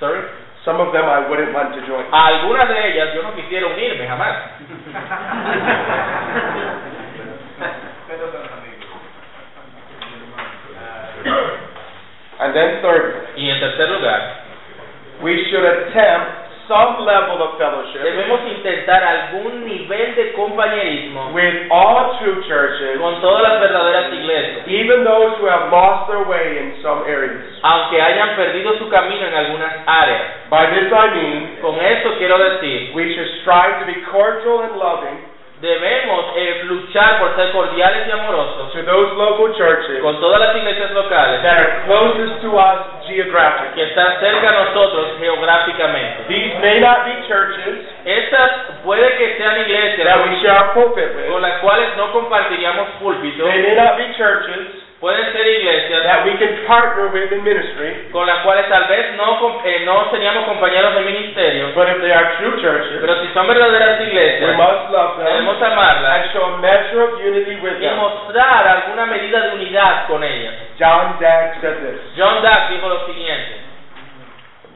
[SPEAKER 1] Sorry.
[SPEAKER 2] Some of them I wouldn't want to join.
[SPEAKER 1] A algunas de ellas yo no quisiera unirme jamás.
[SPEAKER 2] And then third,
[SPEAKER 1] Y en tercer lugar,
[SPEAKER 2] we should attempt some level of fellowship
[SPEAKER 1] debemos intentar algún nivel de compañerismo
[SPEAKER 2] with all true churches,
[SPEAKER 1] con todas las verdaderas iglesias,
[SPEAKER 2] even those who have lost their way in some areas.
[SPEAKER 1] aunque hayan perdido su camino en algunas áreas.
[SPEAKER 2] By this I mean,
[SPEAKER 1] Con eso quiero decir
[SPEAKER 2] we should strive to be cordial and loving
[SPEAKER 1] Debemos eh, luchar por ser cordiales y amorosos
[SPEAKER 2] to those local churches
[SPEAKER 1] con todas las iglesias locales
[SPEAKER 2] that are closest to us geographically.
[SPEAKER 1] que están cerca de nosotros geográficamente.
[SPEAKER 2] These may not be churches
[SPEAKER 1] Estas puede que sean iglesias
[SPEAKER 2] that we share a pulpit
[SPEAKER 1] con
[SPEAKER 2] with.
[SPEAKER 1] las cuales no compartiríamos púlpito,
[SPEAKER 2] They may not be churches
[SPEAKER 1] pueden ser iglesias
[SPEAKER 2] that we can partner with in ministry,
[SPEAKER 1] con las cuales tal vez no, com- eh, no seríamos compañeros de ministerio,
[SPEAKER 2] but if they are true churches,
[SPEAKER 1] pero si son verdaderas
[SPEAKER 2] we
[SPEAKER 1] iglesias,
[SPEAKER 2] must love them
[SPEAKER 1] debemos amarlas
[SPEAKER 2] and show a measure of unity with
[SPEAKER 1] y
[SPEAKER 2] them.
[SPEAKER 1] mostrar alguna medida de unidad con ellas.
[SPEAKER 2] John Dagg said this.
[SPEAKER 1] John Duck dijo lo siguiente.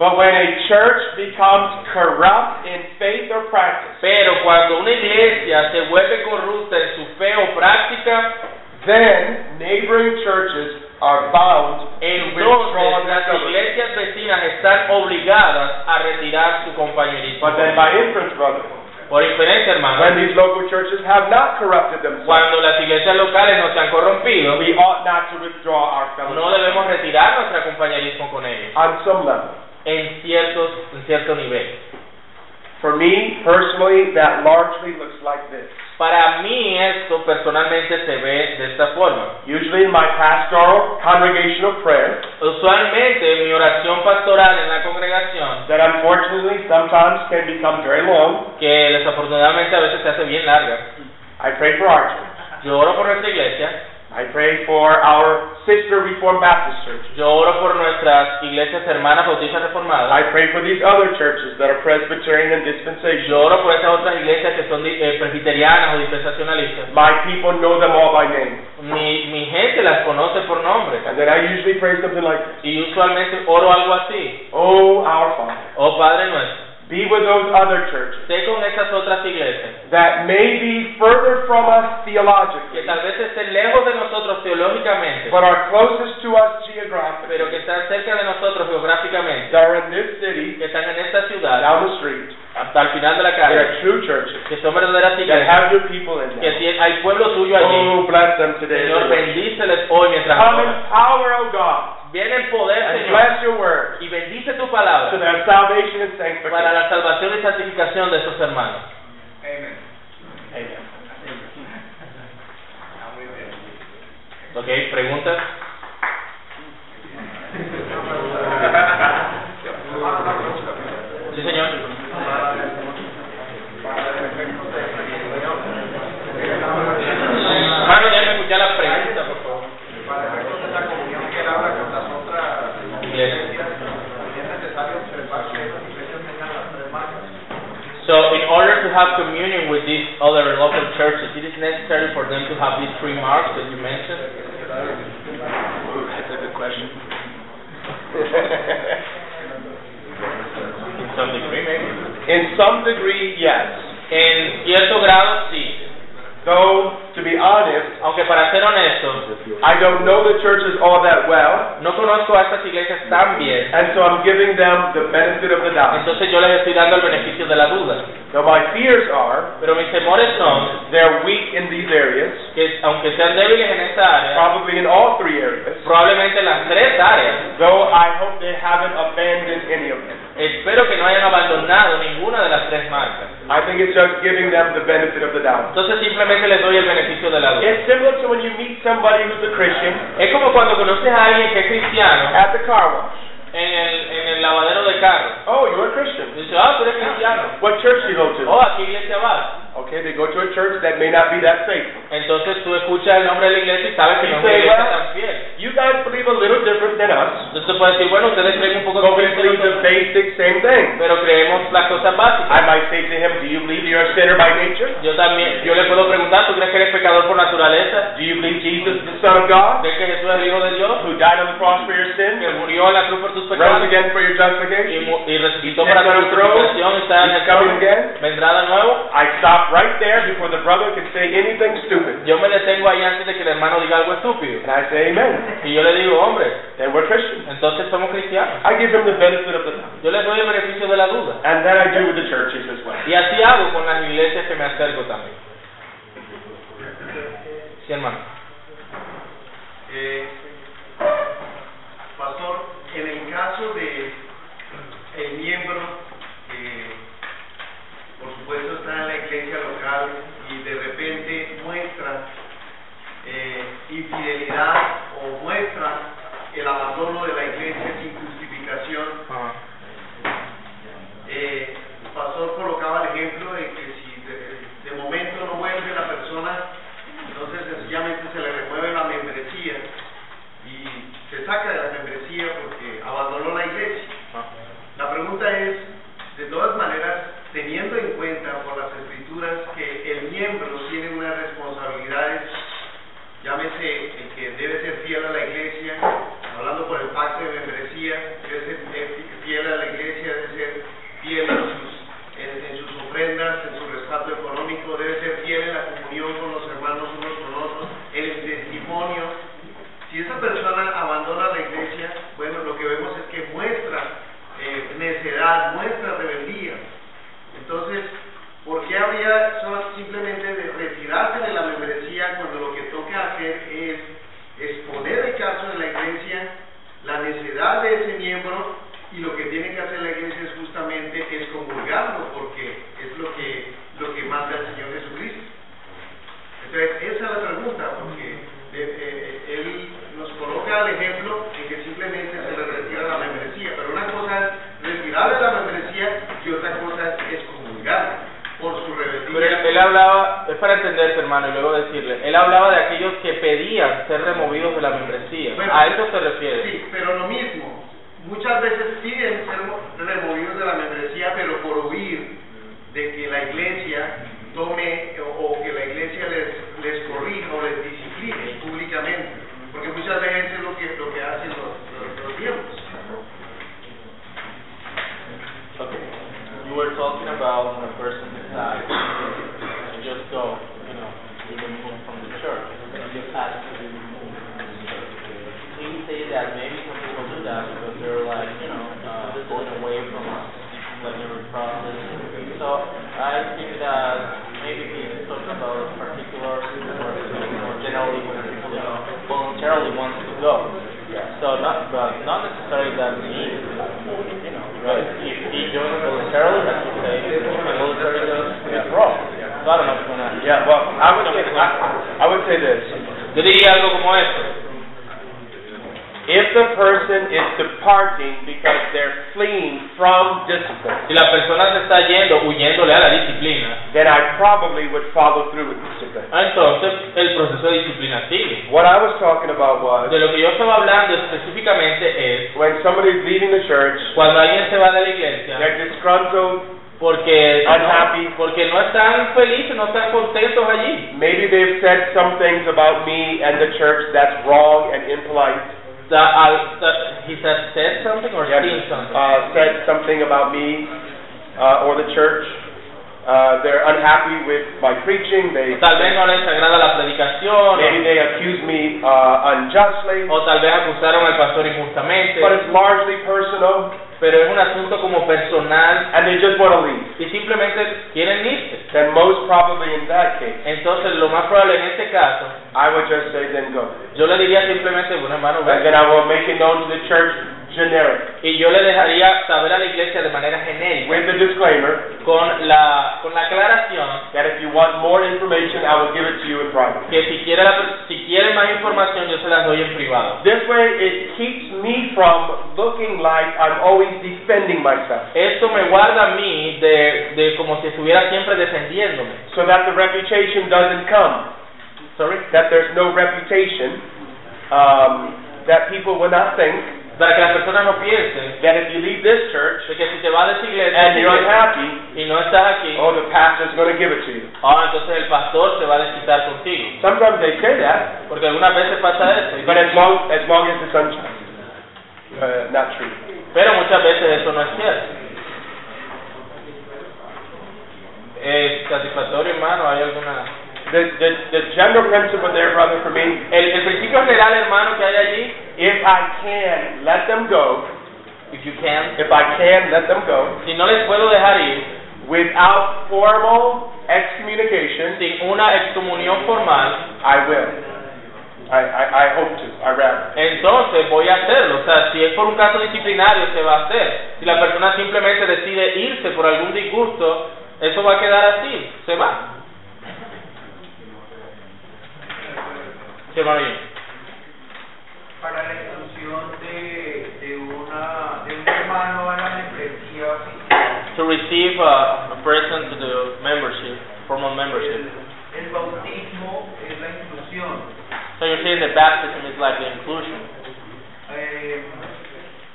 [SPEAKER 2] But when a church becomes corrupt in faith or practice,
[SPEAKER 1] Pero cuando una iglesia se vuelve corrupta en su fe o práctica,
[SPEAKER 2] then neighboring churches are bound to withdraw
[SPEAKER 1] entonces
[SPEAKER 2] their
[SPEAKER 1] las
[SPEAKER 2] fellowship.
[SPEAKER 1] iglesias vecinas están obligadas a retirar su compañerismo.
[SPEAKER 2] But then by inference, brother,
[SPEAKER 1] Por inferencia,
[SPEAKER 2] when
[SPEAKER 1] hermano,
[SPEAKER 2] these local churches have not corrupted themselves,
[SPEAKER 1] cuando las iglesias locales no se han corrompido,
[SPEAKER 2] we ought not to withdraw our
[SPEAKER 1] no
[SPEAKER 2] fellowship
[SPEAKER 1] debemos retirar nuestro compañerismo con ellos
[SPEAKER 2] on some level.
[SPEAKER 1] en ciertos en cierto nivel.
[SPEAKER 2] For me, personally, that largely looks like this.
[SPEAKER 1] Para mí esto personalmente se ve de esta forma.
[SPEAKER 2] Usually in my pastoral congregational prayer,
[SPEAKER 1] Usualmente mi oración pastoral en la congregación,
[SPEAKER 2] that unfortunately sometimes can become very long,
[SPEAKER 1] que desafortunadamente a veces se hace bien larga,
[SPEAKER 2] I pray for our church.
[SPEAKER 1] yo oro por nuestra iglesia,
[SPEAKER 2] I pray for our sister Reformed Baptist Church.
[SPEAKER 1] yo oro por nuestras iglesias hermanas bautistas reformadas,
[SPEAKER 2] I pray for these other churches that are Presbyterian and dispensational.
[SPEAKER 1] yo oro por esas otras iglesias que son di- eh, presbiterianas o dispensacionalistas.
[SPEAKER 2] My people know them all by name.
[SPEAKER 1] Mi, mi gente las conoce por nombre
[SPEAKER 2] And then I usually pray something like this.
[SPEAKER 1] y usualmente oro algo así,
[SPEAKER 2] Oh, our Father,
[SPEAKER 1] oh Padre nuestro,
[SPEAKER 2] be with those other churches
[SPEAKER 1] sé con esas otras iglesias
[SPEAKER 2] that may be further from us
[SPEAKER 1] que
[SPEAKER 2] theologically,
[SPEAKER 1] tal vez estén lejos de nosotros teológicamente,
[SPEAKER 2] but are closest to us geographically,
[SPEAKER 1] pero que están cerca de nosotros geográficamente,
[SPEAKER 2] that are in this city,
[SPEAKER 1] que están en esta ciudad,
[SPEAKER 2] down the street,
[SPEAKER 1] hasta el final de la
[SPEAKER 2] that
[SPEAKER 1] calle,
[SPEAKER 2] are true churches,
[SPEAKER 1] que son verdaderas
[SPEAKER 2] that
[SPEAKER 1] iglesias,
[SPEAKER 2] have your people in
[SPEAKER 1] que
[SPEAKER 2] them.
[SPEAKER 1] si hay pueblo tuyo allí,
[SPEAKER 2] Oh, bless them today.
[SPEAKER 1] Señor, bendíceles hoy mientras
[SPEAKER 2] Come in
[SPEAKER 1] oras.
[SPEAKER 2] power, O God,
[SPEAKER 1] Viene el poder,
[SPEAKER 2] and
[SPEAKER 1] Señor,
[SPEAKER 2] bless your word
[SPEAKER 1] y bendice tu
[SPEAKER 2] to
[SPEAKER 1] palabra
[SPEAKER 2] their salvation and
[SPEAKER 1] para
[SPEAKER 2] sanctification.
[SPEAKER 1] la salvación y santificación de estos hermanos.
[SPEAKER 2] Amen.
[SPEAKER 1] Ok, preguntas. Sí, señor. Hermano, déjame escuchar la pregunta, por favor. Iglesia. So, in order to have communion with these other local churches, it is necessary for them to have these three marks that you mentioned.
[SPEAKER 2] That's a good question.
[SPEAKER 1] In some degree, maybe.
[SPEAKER 2] In some degree, yes.
[SPEAKER 1] En cierto grado, sí.
[SPEAKER 2] Though, to be honest,
[SPEAKER 1] Aunque para ser honesto,
[SPEAKER 2] I don't know the churches all that well,
[SPEAKER 1] no conozco a estas iglesias tan bien,
[SPEAKER 2] and so I'm giving them the benefit of the doubt.
[SPEAKER 1] entonces yo les estoy dando el beneficio de la duda.
[SPEAKER 2] Now, my fears are
[SPEAKER 1] Pero mis temores son
[SPEAKER 2] they're weak in these areas,
[SPEAKER 1] que, aunque sean débiles en esta área,
[SPEAKER 2] probably in all three areas,
[SPEAKER 1] probablemente en las tres áreas,
[SPEAKER 2] though I hope they haven't abandoned any of them.
[SPEAKER 1] espero que no hayan abandonado ninguna de las tres marcas.
[SPEAKER 2] I think it's just giving them the benefit of the doubt.
[SPEAKER 1] Entonces simplemente les doy el beneficio de la duda.
[SPEAKER 2] It's similar to when you meet somebody who's a Christian
[SPEAKER 1] Es como cuando conoces a alguien que es cristiano
[SPEAKER 2] at the car wash.
[SPEAKER 1] en el, en el lavadero de carro.
[SPEAKER 2] Oh, you're a
[SPEAKER 1] Y
[SPEAKER 2] Christian.
[SPEAKER 1] Dice, ah, tú eres cristiano.
[SPEAKER 2] What church do you go to?
[SPEAKER 1] Oh, ¿a qué iglesia vas?
[SPEAKER 2] Okay, they go to a church that may not be that faithful.
[SPEAKER 1] Entonces tú escuchas el nombre de la iglesia y sabes que no es una iglesia tan fiel.
[SPEAKER 2] You guys believe a little different than us,
[SPEAKER 1] Entonces tú puedes decir, bueno, ustedes creen un poco
[SPEAKER 2] but we
[SPEAKER 1] diferente de
[SPEAKER 2] believe the
[SPEAKER 1] nosotros,
[SPEAKER 2] basic same thing.
[SPEAKER 1] pero creemos las cosas
[SPEAKER 2] I
[SPEAKER 1] básicas.
[SPEAKER 2] might say to him, Do you believe you're a sinner by nature?
[SPEAKER 1] Yo también, yo le puedo preguntar, ¿tú crees que eres pecador por naturaleza?
[SPEAKER 2] Do you believe Jesus is the Son of God,
[SPEAKER 1] ¿Crees que Jesús es el Hijo de Dios?
[SPEAKER 2] who died on the cross for your
[SPEAKER 1] Que
[SPEAKER 2] sins,
[SPEAKER 1] murió en la cruz por tus
[SPEAKER 2] rose
[SPEAKER 1] pecados
[SPEAKER 2] again for
[SPEAKER 1] y,
[SPEAKER 2] your justification?
[SPEAKER 1] mu- y resucitó
[SPEAKER 2] He's
[SPEAKER 1] para
[SPEAKER 2] dead
[SPEAKER 1] tu
[SPEAKER 2] on the throne.
[SPEAKER 1] justificación, está en
[SPEAKER 2] He's
[SPEAKER 1] el
[SPEAKER 2] coming
[SPEAKER 1] trono,
[SPEAKER 2] again?
[SPEAKER 1] vendrá de nuevo.
[SPEAKER 2] I stop right there before the brother can say anything stupid.
[SPEAKER 1] Yo me detengo ahí antes de que el hermano diga algo estúpido.
[SPEAKER 2] And I say, Amen.
[SPEAKER 1] Y yo le digo, hombre,
[SPEAKER 2] Then we're Christians.
[SPEAKER 1] entonces somos cristianos.
[SPEAKER 2] I give him the benefit of the doubt.
[SPEAKER 1] Yo les doy el beneficio de la duda.
[SPEAKER 2] And that I do with the churches as well.
[SPEAKER 1] Y así hago con las iglesias que me acerco también. Sí, hermano.
[SPEAKER 4] Eh, pastor, en el caso de el miembro, eh, por supuesto está en la iglesia local y de repente muestra eh, infidelidad o muestra el abandono de la iglesia sin justificación. Eh, el pastor colocaba el ejemplo de que si de, de momento no vuelve la persona, entonces sencillamente se le remueve la membresía y se saca de la membresía porque abandonó la iglesia. La pregunta es, de todas maneras, teniendo en cuenta por las escrituras que el miembro tiene unas responsabilidades, llámese el que debe ser fiel a la iglesia, hablando por el pacto de membresía, debe ser fi- fiel a la iglesia, debe ser fiel en sus, en- en sus ofrendas, en su respaldo económico, debe ser fiel en la comunión con los hermanos unos con otros, en el testimonio, si esa persona abandona la iglesia, bueno, lo que vemos es que muestra eh, necedad, muestra rebeldía. Entonces, ¿por qué habría so- simplemente de retirarse de la membresía cuando lo que toca hacer es exponer el caso de la iglesia, la necedad de ese miembro y lo que tiene que hacer la iglesia es justamente excomulgarlo porque es lo que, lo que manda el Señor Jesucristo? eh,
[SPEAKER 3] para entenderse, hermano, y luego decirle. Él hablaba de aquellos que pedían ser removidos de la membresía.
[SPEAKER 4] Bueno,
[SPEAKER 3] a eso se refiere.
[SPEAKER 4] Sí, pero lo mismo. Muchas veces piden ser mo- removidos de la membresía, pero por huir de que la iglesia tome o, o que la iglesia les, les corrija o les discipline públicamente. Porque muchas veces es lo que, lo que hacen los, los, los diezmos.
[SPEAKER 3] Okay. You were talking about when a person decides to just go, you know, be removed from the church, and just ask to be removed from the church. So you say that maybe some people do that because they're like, you know, uh, going away from like every process. So I think that maybe he's talking about a particular or, or generally when people, you know, voluntarily wants to go. So not, but not necessarily that means, you know, right? If he joins voluntarily, as you say, voluntarily does, it's wrong. So I don't know if you wanna.
[SPEAKER 2] Yeah, well, I would say, I, I would say this.
[SPEAKER 1] Yo diría algo como esto.
[SPEAKER 2] If the person is departing because they're fleeing from discipline,
[SPEAKER 1] Si la persona se está yendo, huyéndole a la disciplina, Ah,
[SPEAKER 2] then I probably would follow through with discipline.
[SPEAKER 1] entonces el proceso de disciplina sigue.
[SPEAKER 2] What I was talking about was
[SPEAKER 1] De lo que yo estaba hablando específicamente es
[SPEAKER 2] when somebody's leaving the church,
[SPEAKER 1] cuando alguien se va de la iglesia
[SPEAKER 2] they're disgruntled,
[SPEAKER 1] porque
[SPEAKER 2] Unhappy.
[SPEAKER 1] no, porque no están felices, no están contentos allí.
[SPEAKER 2] maybe they've said some things about me and the church that's wrong and impolite.
[SPEAKER 1] The, uh, the, he said said something or
[SPEAKER 2] Yeah,
[SPEAKER 1] seen something.
[SPEAKER 2] Uh, said something about me, uh, or the church. Uh, they're unhappy with my preaching, they,
[SPEAKER 1] tal vez no les agrada la predicación
[SPEAKER 2] maybe they accuse me, uh, unjustly.
[SPEAKER 1] o, o tal vez acusaron al pastor injustamente.
[SPEAKER 2] But it's largely personal,
[SPEAKER 1] Pero es un asunto como personal
[SPEAKER 2] and they just want to leave.
[SPEAKER 1] y simplemente quieren irse.
[SPEAKER 2] Then most probably in that case,
[SPEAKER 1] Entonces lo más probable en este caso,
[SPEAKER 2] I would just say, then go.
[SPEAKER 1] yo le diría simplemente, bueno hermano,
[SPEAKER 2] And
[SPEAKER 1] ve".
[SPEAKER 2] then I will make it known to the church generic,
[SPEAKER 1] y yo le dejaría saber a la iglesia de manera genérica
[SPEAKER 2] with the disclaimer
[SPEAKER 1] con la con la aclaración
[SPEAKER 2] that if you want more information, I will give it to you in private.
[SPEAKER 1] que si quiere la- si quiere más información yo se las doy en privado.
[SPEAKER 2] This way, it keeps me from looking like I'm always defending myself,
[SPEAKER 1] Esto me guarda a mí de, de como si estuviera siempre defendiéndome.
[SPEAKER 2] so that the reputation doesn't come,
[SPEAKER 1] Sorry.
[SPEAKER 2] that there's no reputation, um, that people will not think
[SPEAKER 1] Para que las personas no piensen
[SPEAKER 2] that if you leave this church
[SPEAKER 1] de que si te vas de esa iglesia
[SPEAKER 2] and you're unhappy,
[SPEAKER 1] y no estás aquí,
[SPEAKER 2] oh, the pastor's going to give it to you.
[SPEAKER 1] ah, entonces el pastor se va a desquitar contigo.
[SPEAKER 2] Sometimes they say that,
[SPEAKER 1] Porque algunas veces pasa eso. y-
[SPEAKER 2] but as long as long as it's unjust, uh, not true.
[SPEAKER 1] pero muchas veces eso no es cierto. Eh, satisfactorio, hermano, hay alguna...
[SPEAKER 2] The, the the general principle there, brother, for me,
[SPEAKER 1] El, el principio general, hermano, que hay allí,
[SPEAKER 2] if I can let them go,
[SPEAKER 1] if you can,
[SPEAKER 2] if I can let them go
[SPEAKER 1] si no les puedo dejar ir
[SPEAKER 2] without formal excommunication,
[SPEAKER 1] sin una excomunión formal,
[SPEAKER 2] I will. I, I, I hope to. I rather.
[SPEAKER 1] entonces voy a hacerlo. O sea, si es por un caso disciplinario, se va a hacer. Si la persona simplemente decide irse por algún disgusto, eso va a quedar así, se va. Se va bien.
[SPEAKER 5] para la exclusión de, de, una, de un hermano a la membresía oficial.
[SPEAKER 1] To receive a, a person to the membership, formal
[SPEAKER 5] El,
[SPEAKER 1] membership.
[SPEAKER 5] el bautismo es la inclusión.
[SPEAKER 1] So you're saying that baptism is like the inclusion.
[SPEAKER 5] Eh,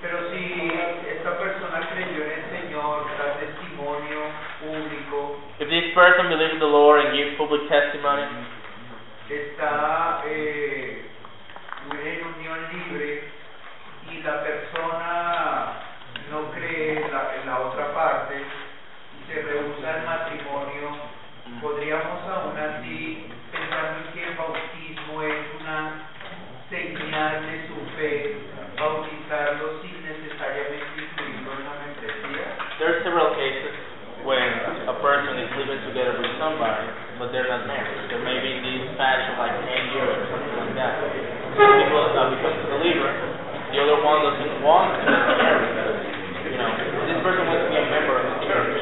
[SPEAKER 5] pero si esta persona creyó en el Señor, da testimonio público,
[SPEAKER 1] If this person believes in the Lord and gives public testimony,
[SPEAKER 5] está eh, en unión libre y la persona no cree en la, en la otra parte y se rehúsa al matrimonio, podríamos aún así pensar en que el bautismo es una señal de su fe, bautizarlo sin necesariamente incluirlo en la membresía.
[SPEAKER 1] There are several cases when a person is living together with somebody, but they're not married. They may be in this fashion like 10 years or something like that. Some people uh, become a believer, the other one doesn't want to be married. You know, this person wants to be a member of the church.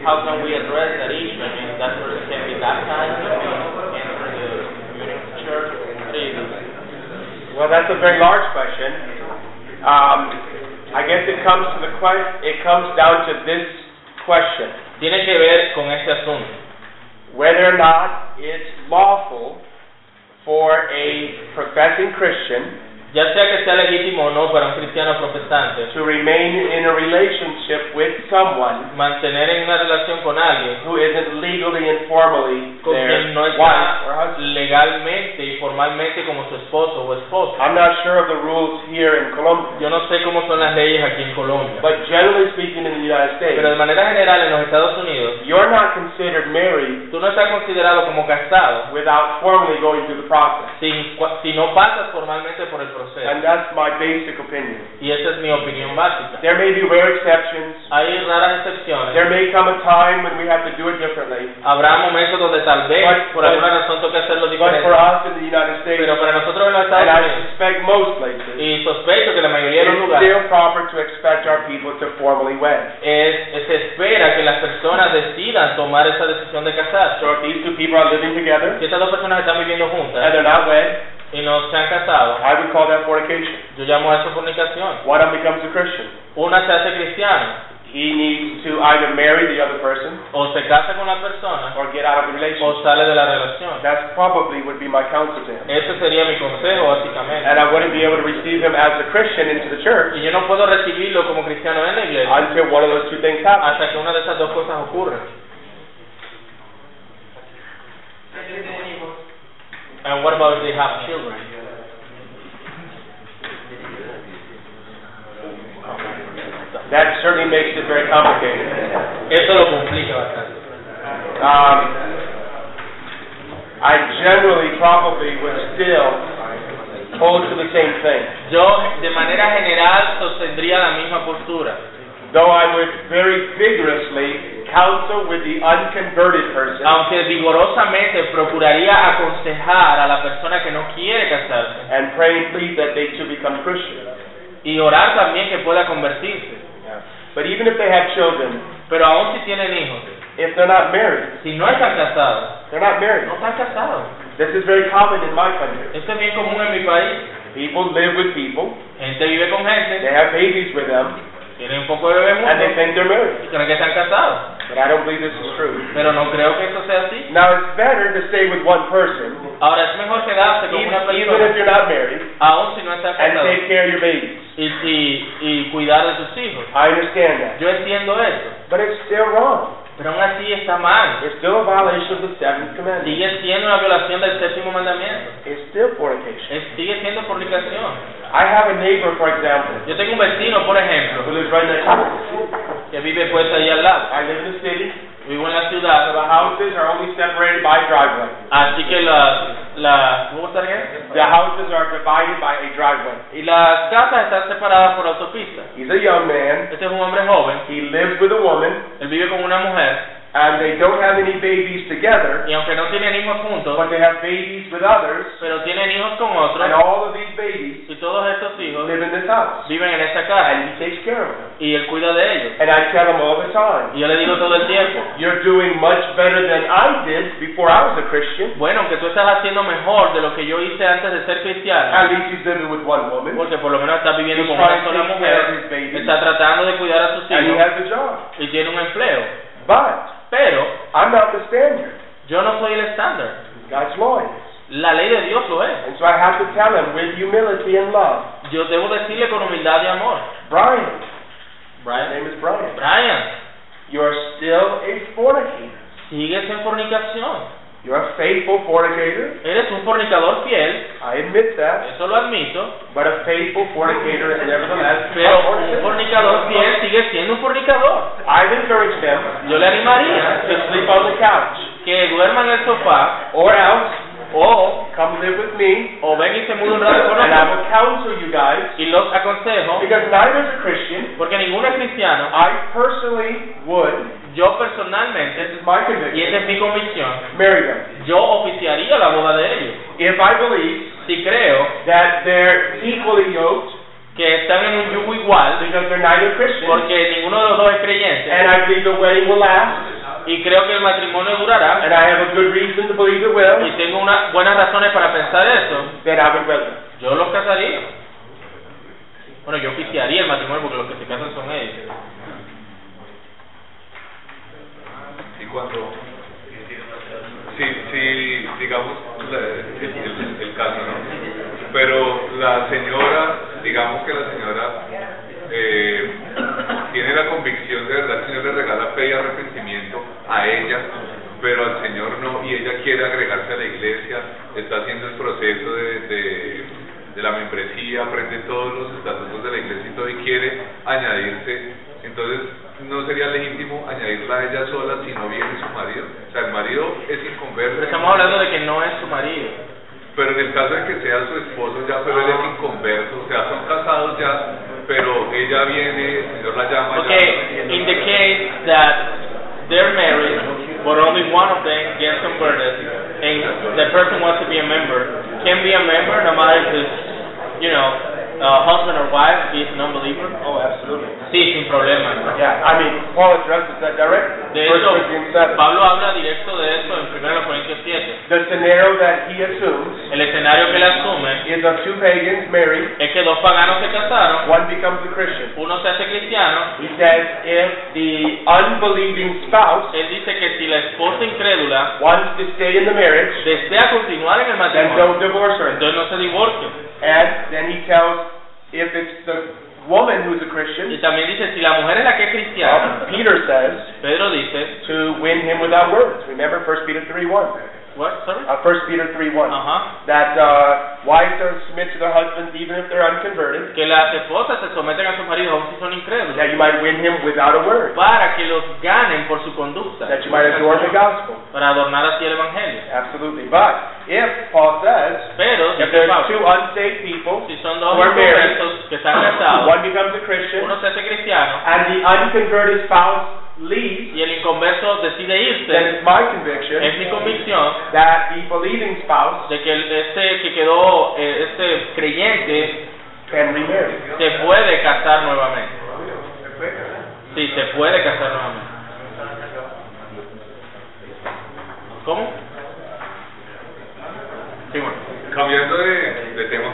[SPEAKER 1] How can we address that issue? I mean, that person can be baptized, can be enter the community of the church. What do you do?
[SPEAKER 2] Well, that's a very large question. Um, I guess it comes to the que- It comes down to this question:
[SPEAKER 1] Tiene que ver con este asunto.
[SPEAKER 2] whether or not it's lawful for a professing Christian
[SPEAKER 1] ya sea que sea legítimo o no para un cristiano protestante,
[SPEAKER 2] to remain in a relationship with someone
[SPEAKER 1] mantener en una relación con alguien
[SPEAKER 2] who isn't legally and formally
[SPEAKER 1] con
[SPEAKER 2] their
[SPEAKER 1] quien no
[SPEAKER 2] wife or
[SPEAKER 1] está
[SPEAKER 2] husband.
[SPEAKER 1] legalmente y formalmente como su esposo o esposa.
[SPEAKER 2] I'm not sure of the rules here in Colombia,
[SPEAKER 1] Yo no sé cómo son las leyes aquí en Colombia,
[SPEAKER 2] but generally speaking in the United States,
[SPEAKER 1] pero de manera general en los Estados Unidos,
[SPEAKER 2] you're not considered married
[SPEAKER 1] tú no estás considerado como casado
[SPEAKER 2] without formally going through the process.
[SPEAKER 1] si, cua- si no pasas formalmente por el proceso.
[SPEAKER 2] And that's my basic opinion.
[SPEAKER 1] Y esa es mi opinión básica.
[SPEAKER 2] There may be rare exceptions.
[SPEAKER 1] Hay raras excepciones.
[SPEAKER 2] There may come a time when we have to do it differently.
[SPEAKER 1] Habrá momentos donde tal vez por alguna razón toque hacerlo
[SPEAKER 2] But for
[SPEAKER 1] diferente.
[SPEAKER 2] us in the United States,
[SPEAKER 1] Pero para nosotros en los
[SPEAKER 2] and I
[SPEAKER 1] Estados Unidos,
[SPEAKER 2] suspect most places,
[SPEAKER 1] y sospecho que la mayoría
[SPEAKER 2] it
[SPEAKER 1] de los
[SPEAKER 2] is
[SPEAKER 1] lugares,
[SPEAKER 2] still proper to expect our people to formally wed.
[SPEAKER 1] es, se espera que las personas decidan tomar esa decisión de casarse.
[SPEAKER 2] So if these two people are living together
[SPEAKER 1] Si estas dos personas están viviendo
[SPEAKER 2] and
[SPEAKER 1] juntas
[SPEAKER 2] they're not wed,
[SPEAKER 1] y no se han casado,
[SPEAKER 2] I would call that fornication.
[SPEAKER 1] yo llamo a eso fornicación.
[SPEAKER 2] One of them becomes a Christian.
[SPEAKER 1] Una se hace cristiana,
[SPEAKER 2] He needs to either marry the other person
[SPEAKER 1] o se casa con la persona,
[SPEAKER 2] or get out of the relationship.
[SPEAKER 1] o sale de la relación.
[SPEAKER 2] That's probably would be my counsel to him.
[SPEAKER 1] Ese sería mi consejo, básicamente.
[SPEAKER 2] And I wouldn't be able to receive him as a Christian into the church
[SPEAKER 1] Y yo no puedo recibirlo como cristiano en la iglesia
[SPEAKER 2] until one of those two things happens.
[SPEAKER 1] hasta que una de esas dos cosas ocurra. And what about if they have children?
[SPEAKER 2] That certainly makes it very complicated.
[SPEAKER 1] Eso lo complica bastante.
[SPEAKER 2] Um, I generally probably would still hold to the same thing,
[SPEAKER 1] Yo, de manera general, sostendría la misma postura.
[SPEAKER 2] though I would very vigorously counsel with the unconverted person
[SPEAKER 1] Aunque vigorosamente procuraría aconsejar a la persona que no quiere casarse
[SPEAKER 2] and pray and plead that they should become Christian.
[SPEAKER 1] y orar también que pueda convertirse.
[SPEAKER 2] But even if they have children,
[SPEAKER 1] Pero aún si tienen hijos,
[SPEAKER 2] if they're not married,
[SPEAKER 1] si no están casados,
[SPEAKER 2] they're not married.
[SPEAKER 1] no están casados.
[SPEAKER 2] This is very common in my country.
[SPEAKER 1] Esto es bien común en mi país.
[SPEAKER 2] People live with people,
[SPEAKER 1] Gente vive con
[SPEAKER 2] they
[SPEAKER 1] gente,
[SPEAKER 2] have babies with them,
[SPEAKER 1] tienen un poco de bebé
[SPEAKER 2] and they
[SPEAKER 1] juntos
[SPEAKER 2] think they're married.
[SPEAKER 1] y creen que están casados.
[SPEAKER 2] But I don't believe this is true.
[SPEAKER 1] Pero no creo que eso sea así.
[SPEAKER 2] Now it's better to stay with one person,
[SPEAKER 1] Ahora es mejor quedarse con
[SPEAKER 2] even,
[SPEAKER 1] una
[SPEAKER 2] even if
[SPEAKER 1] persona,
[SPEAKER 2] you're not married,
[SPEAKER 1] aún si no están
[SPEAKER 2] and
[SPEAKER 1] casados,
[SPEAKER 2] take care of your babies.
[SPEAKER 1] y, y, y cuidar de sus hijos.
[SPEAKER 2] I understand that,
[SPEAKER 1] Yo entiendo eso.
[SPEAKER 2] but it's still wrong.
[SPEAKER 1] Pero aún así está mal.
[SPEAKER 2] It's still a violation of the seventh commandment.
[SPEAKER 1] Sigue siendo una violación del séptimo mandamiento.
[SPEAKER 2] It's still fornication.
[SPEAKER 1] Es- sigue siendo fornicación.
[SPEAKER 2] I have a neighbor, for example,
[SPEAKER 1] Yo tengo un vecino, por
[SPEAKER 2] who
[SPEAKER 1] ejemplo,
[SPEAKER 2] lives right next to me.
[SPEAKER 1] que vive pues ahí al lado.
[SPEAKER 2] I live in the city,
[SPEAKER 1] Vivo en la
[SPEAKER 2] so
[SPEAKER 1] ciudad,
[SPEAKER 2] the houses are only separated by driveway.
[SPEAKER 1] así que la, la ¿cómo está bien?
[SPEAKER 2] The houses are divided by a driveway.
[SPEAKER 1] y las casas están separadas por autopista.
[SPEAKER 2] He's a young man.
[SPEAKER 1] Este es un hombre joven,
[SPEAKER 2] He lives with a woman,
[SPEAKER 1] él vive con una mujer
[SPEAKER 2] and they don't have any babies together,
[SPEAKER 1] y aunque no tienen hijos juntos,
[SPEAKER 2] but they have babies with others,
[SPEAKER 1] pero tienen hijos con
[SPEAKER 2] and
[SPEAKER 1] otros
[SPEAKER 2] all of these babies
[SPEAKER 1] y todos estos hijos
[SPEAKER 2] live in this house.
[SPEAKER 1] viven en esa casa
[SPEAKER 2] and he takes care of them.
[SPEAKER 1] y él cuida de ellos.
[SPEAKER 2] And I tell him all the time,
[SPEAKER 1] Y yo le digo todo el tiempo,
[SPEAKER 2] you're doing much better than I did before I was a Christian.
[SPEAKER 1] Bueno, que tú estás haciendo mejor de lo que yo hice antes de ser cristiano,
[SPEAKER 2] At least he's living with one woman,
[SPEAKER 1] porque por lo menos estás viviendo
[SPEAKER 2] He's
[SPEAKER 1] con una
[SPEAKER 2] trying to
[SPEAKER 1] sola
[SPEAKER 2] take care of
[SPEAKER 1] mujer,
[SPEAKER 2] his babies,
[SPEAKER 1] está tratando de cuidar a sus
[SPEAKER 2] and he
[SPEAKER 1] hijos
[SPEAKER 2] has a job.
[SPEAKER 1] y tiene un empleo.
[SPEAKER 2] But
[SPEAKER 1] Pero
[SPEAKER 2] I'm not the standard.
[SPEAKER 1] yo no soy el estándar.
[SPEAKER 2] God's law is.
[SPEAKER 1] La ley de Dios lo es.
[SPEAKER 2] And so I have to tell him with humility and love,
[SPEAKER 1] Yo debo decirle con humildad y amor,
[SPEAKER 2] Brian, his
[SPEAKER 1] Brian,
[SPEAKER 2] name is Brian,
[SPEAKER 1] Brian,
[SPEAKER 2] you're still a fornicator.
[SPEAKER 1] sigues en fornicación.
[SPEAKER 2] You're a faithful fornicator.
[SPEAKER 1] Eres un fornicador fiel,
[SPEAKER 2] I admit that.
[SPEAKER 1] eso lo admito,
[SPEAKER 2] But a faithful fornicator is nevertheless a
[SPEAKER 1] pero un fornicador
[SPEAKER 2] fornicator.
[SPEAKER 1] fiel sigue siendo un fornicador.
[SPEAKER 2] I've encouraged them
[SPEAKER 1] Yo le animaría
[SPEAKER 2] to sleep on the couch,
[SPEAKER 1] que duerma en el sofá
[SPEAKER 2] or else
[SPEAKER 1] o,
[SPEAKER 2] come live with me,
[SPEAKER 1] o ven y se muda un rato con
[SPEAKER 2] and I
[SPEAKER 1] nosotros.
[SPEAKER 2] will counsel you guys.
[SPEAKER 1] Y los aconsejo,
[SPEAKER 2] Because neither is a Christian.
[SPEAKER 1] porque ninguno es cristiano,
[SPEAKER 2] I personally would,
[SPEAKER 1] yo
[SPEAKER 2] this
[SPEAKER 1] personalmente,
[SPEAKER 2] is
[SPEAKER 1] y
[SPEAKER 2] my
[SPEAKER 1] esta
[SPEAKER 2] conviction,
[SPEAKER 1] es mi convicción,
[SPEAKER 2] marry them
[SPEAKER 1] yo oficiaría la boda de ellos.
[SPEAKER 2] if I believe
[SPEAKER 1] Si creo
[SPEAKER 2] that they're equally yoked
[SPEAKER 1] que están en un yugo igual,
[SPEAKER 2] because they're neither Christian,
[SPEAKER 1] porque ninguno de los dos es creyente,
[SPEAKER 2] and I believe the wedding will last,
[SPEAKER 1] y creo que el matrimonio durará,
[SPEAKER 2] and I have a good reason to believe
[SPEAKER 1] y
[SPEAKER 2] it will,
[SPEAKER 1] tengo unas buenas razones para pensar eso,
[SPEAKER 2] then I would wed them.
[SPEAKER 1] yo los casaría. Bueno, yo oficiaría el matrimonio porque los que se casan son ellos.
[SPEAKER 4] Y cuando
[SPEAKER 6] si, si digamos, la- el, el- el caso, ¿no? Pero la señora, digamos que la señora eh, tiene la convicción de verdad, el Señor le regala fe y arrepentimiento a ella, pero al Señor no, y ella quiere agregarse a la iglesia, está haciendo el proceso de, de, de la membresía, aprende todos los estatutos de la iglesia y todo, y quiere añadirse, entonces no sería legítimo añadirla a ella sola si no viene su marido, o sea, el marido es inconverso.
[SPEAKER 1] Pero estamos hablando de que no es su marido.
[SPEAKER 6] Pero en el caso de que sea su esposo ya, pero él es inconverso, o sea, son casados ya, pero ella viene, el Señor la llama ya.
[SPEAKER 1] Okay, in the case that they're married, but only one of them gets converted, and the person wants to be a member, can be a member no matter if it's, you know, uh, husband or wife, if he's an unbeliever?
[SPEAKER 2] Oh, absolutely.
[SPEAKER 1] Sí, sin problema.
[SPEAKER 2] Yeah, I mean, Paul addresses that directly.
[SPEAKER 1] De
[SPEAKER 2] First
[SPEAKER 1] hecho,
[SPEAKER 2] Corinthians seven.
[SPEAKER 1] Pablo habla directo de eso en 1 Corintios 7.
[SPEAKER 2] The scenario that he assumes
[SPEAKER 1] El escenario que él asume
[SPEAKER 2] is of two pagans married,
[SPEAKER 1] es que dos paganos se casaron,
[SPEAKER 2] one becomes a Christian.
[SPEAKER 1] uno se hace cristiano,
[SPEAKER 2] He says if the unbelieving spouse
[SPEAKER 1] él dice que si la esposa incrédula
[SPEAKER 2] wants to stay in the marriage,
[SPEAKER 1] desea continuar en el
[SPEAKER 2] then
[SPEAKER 1] matrimonio,
[SPEAKER 2] don't divorce her.
[SPEAKER 1] entonces no se divorcie.
[SPEAKER 2] And then he tells if it's the woman who's a
[SPEAKER 1] Y
[SPEAKER 2] Christian,
[SPEAKER 1] también dice, si la mujer es la que es cristiana,
[SPEAKER 2] um, Peter says
[SPEAKER 1] Pedro dice,
[SPEAKER 2] to win him without words. Remember 1 Peter 3 1.
[SPEAKER 1] what, sorry?
[SPEAKER 2] Uh, 1 Peter 3 1.
[SPEAKER 1] Ajá.
[SPEAKER 2] That uh, wives are to submit to their husbands even if they're unconverted,
[SPEAKER 1] Que las esposas se someten a sus maridos aun si son incrédulos,
[SPEAKER 2] that you might win him without a word,
[SPEAKER 1] para que los ganen por su conducta,
[SPEAKER 2] that you might adorn the gospel.
[SPEAKER 1] para adornar así el evangelio.
[SPEAKER 2] Absolutely. But if Paul says,
[SPEAKER 1] Pero, dice
[SPEAKER 2] if there's
[SPEAKER 1] Pablo,
[SPEAKER 2] two unsaved people,
[SPEAKER 1] si son dos
[SPEAKER 2] We're married.
[SPEAKER 1] inconversos que están casados,
[SPEAKER 2] one becomes a Christian,
[SPEAKER 1] uno se hace cristiano
[SPEAKER 2] and the unconverted spouse leaves,
[SPEAKER 1] y el inconverso decide
[SPEAKER 2] then
[SPEAKER 1] irse,
[SPEAKER 2] it's my
[SPEAKER 1] es
[SPEAKER 2] conviction
[SPEAKER 1] mi convicción
[SPEAKER 2] that the believing spouse
[SPEAKER 1] de que el- este que quedó, eh, este creyente,
[SPEAKER 2] can remarry.
[SPEAKER 1] se puede casar nuevamente. Sí, se puede casar nuevamente. ¿Cómo? Sí, bueno.
[SPEAKER 6] Cambiando de, de tema,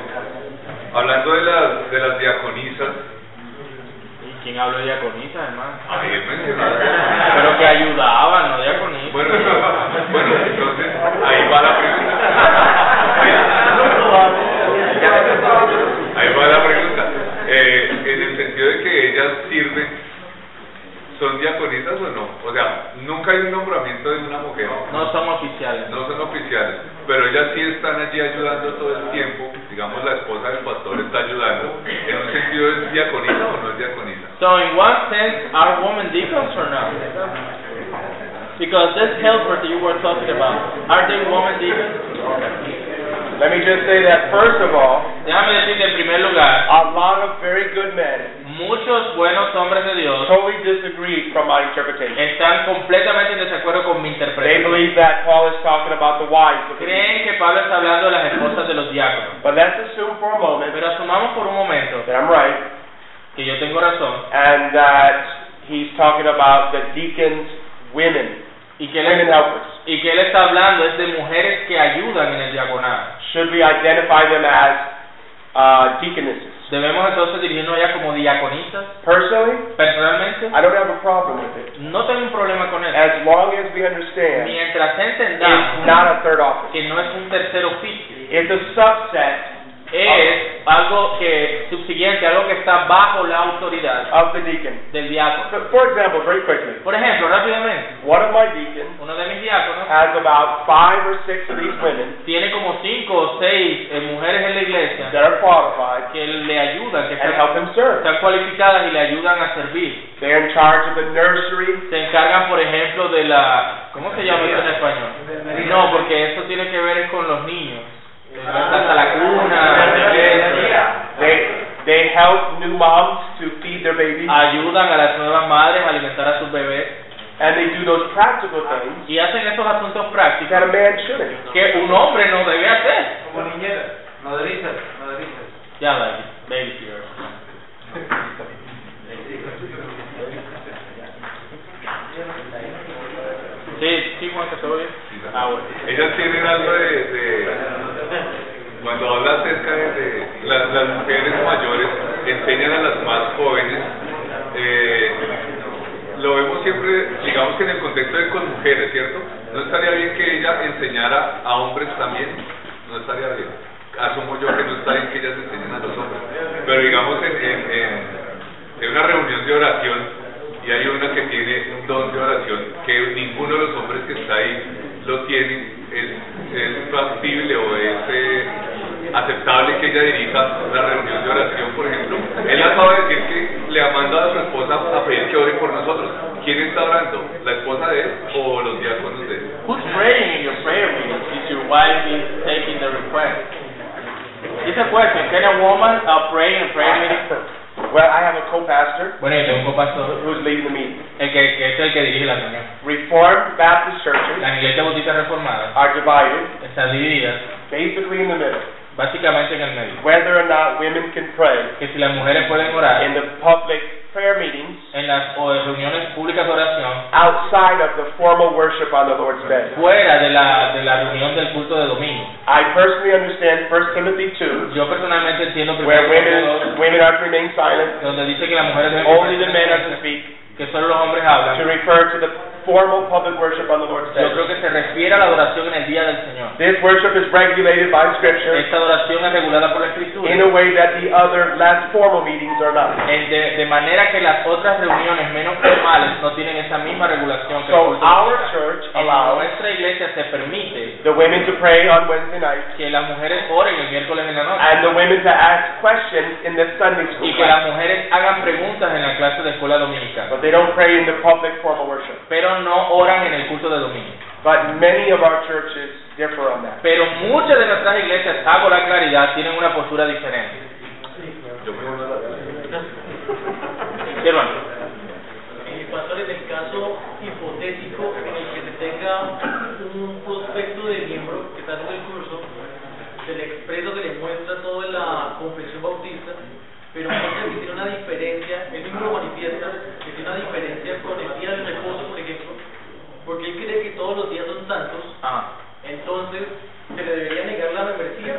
[SPEAKER 6] hablando de las, de las diaconisas,
[SPEAKER 1] ¿Y quién habló de diaconisa, hermano?
[SPEAKER 6] ahí él mencionaba.
[SPEAKER 1] Pero que ayudaban, no diaconisa.
[SPEAKER 6] Bueno, bueno, entonces ahí va la pregunta. Ahí va la pregunta. Eh, en el sentido de que ellas sirven, ¿son diaconisas o no? O sea, nunca hay un nombramiento de una mujer.
[SPEAKER 1] No son oficiales.
[SPEAKER 6] no son oficiales, pero ellas sí están allí ayudando todo el tiempo. Digamos, la esposa del pastor está ayudando. En un sentido, ¿es diaconisa o no es diaconisa?
[SPEAKER 1] So in what sense are women deacons or not? Because this helper that you were talking about, are they women deacons?
[SPEAKER 2] Let me just say that first of all,
[SPEAKER 1] Déjame decirte en primer lugar,
[SPEAKER 2] a lot of very good men
[SPEAKER 1] muchos buenos hombres de Dios
[SPEAKER 2] totally disagree from my interpretation.
[SPEAKER 1] están completamente en desacuerdo con mi
[SPEAKER 2] They
[SPEAKER 1] interpretación.
[SPEAKER 2] believe that Paul is talking about the wives of the
[SPEAKER 1] Creen que Pablo está hablando de las esposas de los diáconos.
[SPEAKER 2] But let's assume for a moment
[SPEAKER 1] Pero asumamos por un momento
[SPEAKER 2] that I'm right
[SPEAKER 1] que yo tengo razón
[SPEAKER 2] and that he's talking about the deacons' women,
[SPEAKER 1] y que
[SPEAKER 2] women
[SPEAKER 1] él,
[SPEAKER 2] helpers.
[SPEAKER 1] y que él está hablando es de mujeres que ayudan en el diaconado.
[SPEAKER 2] Should we identify them as uh, deaconesses?
[SPEAKER 1] Debemos entonces dirigirnos ya como diaconistas.
[SPEAKER 2] Personally,
[SPEAKER 1] Personalmente,
[SPEAKER 2] I don't have a problem with it.
[SPEAKER 1] no tengo un problema con eso.
[SPEAKER 2] As long as we understand
[SPEAKER 1] Mientras
[SPEAKER 2] it's
[SPEAKER 1] entendamos
[SPEAKER 2] not a third office,
[SPEAKER 1] que no es un tercer oficio,
[SPEAKER 2] it's a subset
[SPEAKER 1] es algo que subsiguiente, algo que está bajo la autoridad
[SPEAKER 2] of the deacon.
[SPEAKER 1] del diácono.
[SPEAKER 2] So, for example, very quickly,
[SPEAKER 1] Por ejemplo, rápidamente,
[SPEAKER 2] one of my deacons
[SPEAKER 1] uno de mis diáconos
[SPEAKER 2] has about five or six of these women
[SPEAKER 1] tiene como cinco o seis eh, mujeres en la iglesia
[SPEAKER 2] that are qualified
[SPEAKER 1] que le ayudan, que
[SPEAKER 2] and
[SPEAKER 1] están,
[SPEAKER 2] help him serve.
[SPEAKER 1] están cualificadas y le ayudan a servir.
[SPEAKER 2] They're in charge of the nursery,
[SPEAKER 1] Se encargan, por ejemplo, de la... ¿Cómo se llama eso en español? No, porque eso tiene que ver con los niños. Eh, Hasta la
[SPEAKER 5] Ah,
[SPEAKER 1] cuna,
[SPEAKER 2] They they help new moms to feed their babies,
[SPEAKER 1] ayudan a las nuevas madres a alimentar a sus bebés
[SPEAKER 2] and they do those practical things
[SPEAKER 1] y hacen esos asuntos prácticos
[SPEAKER 2] that a man shouldn't.
[SPEAKER 1] que un hombre no debe hacer.
[SPEAKER 3] Como niñera, madrizas, madrizas.
[SPEAKER 1] Ya, David, babysitter. Sí, sí, Juan, que todo bien. Ah, bueno.
[SPEAKER 6] Ellas tienen algo de. de- cuando habla acerca de. de- las, las mujeres mayores enseñan a las más jóvenes. eh, lo vemos siempre, digamos que en el contexto de con mujeres, ¿cierto? No estaría bien que ella enseñara a hombres también, no estaría bien. Asumo yo que no está bien que ellas enseñen a los hombres. Pero digamos en, en, en- en una reunión de oración y hay una que tiene un don de oración que ninguno de los hombres que está ahí lo tiene, es, es factible o es eh, aceptable que ella dirija una reunión de oración, por ejemplo. Él acaba de decir que le ha mandado a su esposa a pedir que ore por nosotros. ¿Quién está orando? ¿La esposa de él o los diáconos de él?
[SPEAKER 7] Who's praying in your prayer meeting? Is your wife is taking the request? It's a question. Can a woman uh, pray in a prayer meeting?
[SPEAKER 2] Well, I have a co-pastor
[SPEAKER 1] Bueno, yo tengo un pastor,
[SPEAKER 2] who's leading the meeting.
[SPEAKER 1] el que, que es el que dirige la reunión.
[SPEAKER 2] Reformed Baptist churches
[SPEAKER 1] Las iglesias bautistas reformadas
[SPEAKER 2] are divided
[SPEAKER 1] están divididas
[SPEAKER 2] basically in the middle.
[SPEAKER 1] básicamente en el medio.
[SPEAKER 2] Whether or not women can pray
[SPEAKER 1] Que si las mujeres pueden
[SPEAKER 2] in
[SPEAKER 1] orar
[SPEAKER 2] the public prayer meetings
[SPEAKER 1] en las o en reuniones públicas de oración,
[SPEAKER 2] outside of the formal worship on the Lord's Day.
[SPEAKER 1] fuera de la, de la reunión del culto de domingo.
[SPEAKER 2] I personally understand 1 Timothy 2,
[SPEAKER 1] Yo personalmente entiendo
[SPEAKER 2] where
[SPEAKER 1] primero
[SPEAKER 2] women, women are to remain silent,
[SPEAKER 1] donde dice que las mujeres deben
[SPEAKER 2] only the men are to speak,
[SPEAKER 1] que solo los hombres
[SPEAKER 2] to
[SPEAKER 1] hablan.
[SPEAKER 2] refer to the formal public worship on the Lord's Day.
[SPEAKER 1] Yo creo que se refiere a la adoración en el día del Señor.
[SPEAKER 2] This worship is regulated by Scripture
[SPEAKER 1] Esta adoración es regulada por la Escritura.
[SPEAKER 2] in a way that the other less formal meetings are not.
[SPEAKER 1] En- de, de manera que las otras reuniones menos formales no tienen esa misma regulación que el
[SPEAKER 2] So
[SPEAKER 1] culto
[SPEAKER 2] our
[SPEAKER 1] dominicano.
[SPEAKER 2] church
[SPEAKER 1] En
[SPEAKER 2] allows
[SPEAKER 1] nuestra iglesia se permite
[SPEAKER 2] the women to pray on Wednesday night
[SPEAKER 1] que las mujeres oren el miércoles en la noche
[SPEAKER 2] and the women to ask questions in the Sunday school
[SPEAKER 1] y que
[SPEAKER 2] class,
[SPEAKER 1] las mujeres hagan preguntas en la clase de escuela dominicana,
[SPEAKER 2] but they don't pray in the public formal worship.
[SPEAKER 1] pero no oran en el culto de domingo.
[SPEAKER 2] But many of our churches differ on that.
[SPEAKER 1] Pero muchas de nuestras iglesias, hago la claridad, tienen una postura diferente.
[SPEAKER 6] Yo me voy a
[SPEAKER 1] Sí, hermano.
[SPEAKER 5] Eh, pastor, en el caso hipotético en el que se tenga un prospecto de miembro que está en el curso, se le expresa, se le muestra toda la confesión bautista, pero entonces que tiene una diferencia, él mismo lo manifiesta, que tiene una diferencia con el día del reposo, por ejemplo, porque él cree que todos los días son santos,
[SPEAKER 1] Ajá.
[SPEAKER 5] entonces se le debería negar la membresía.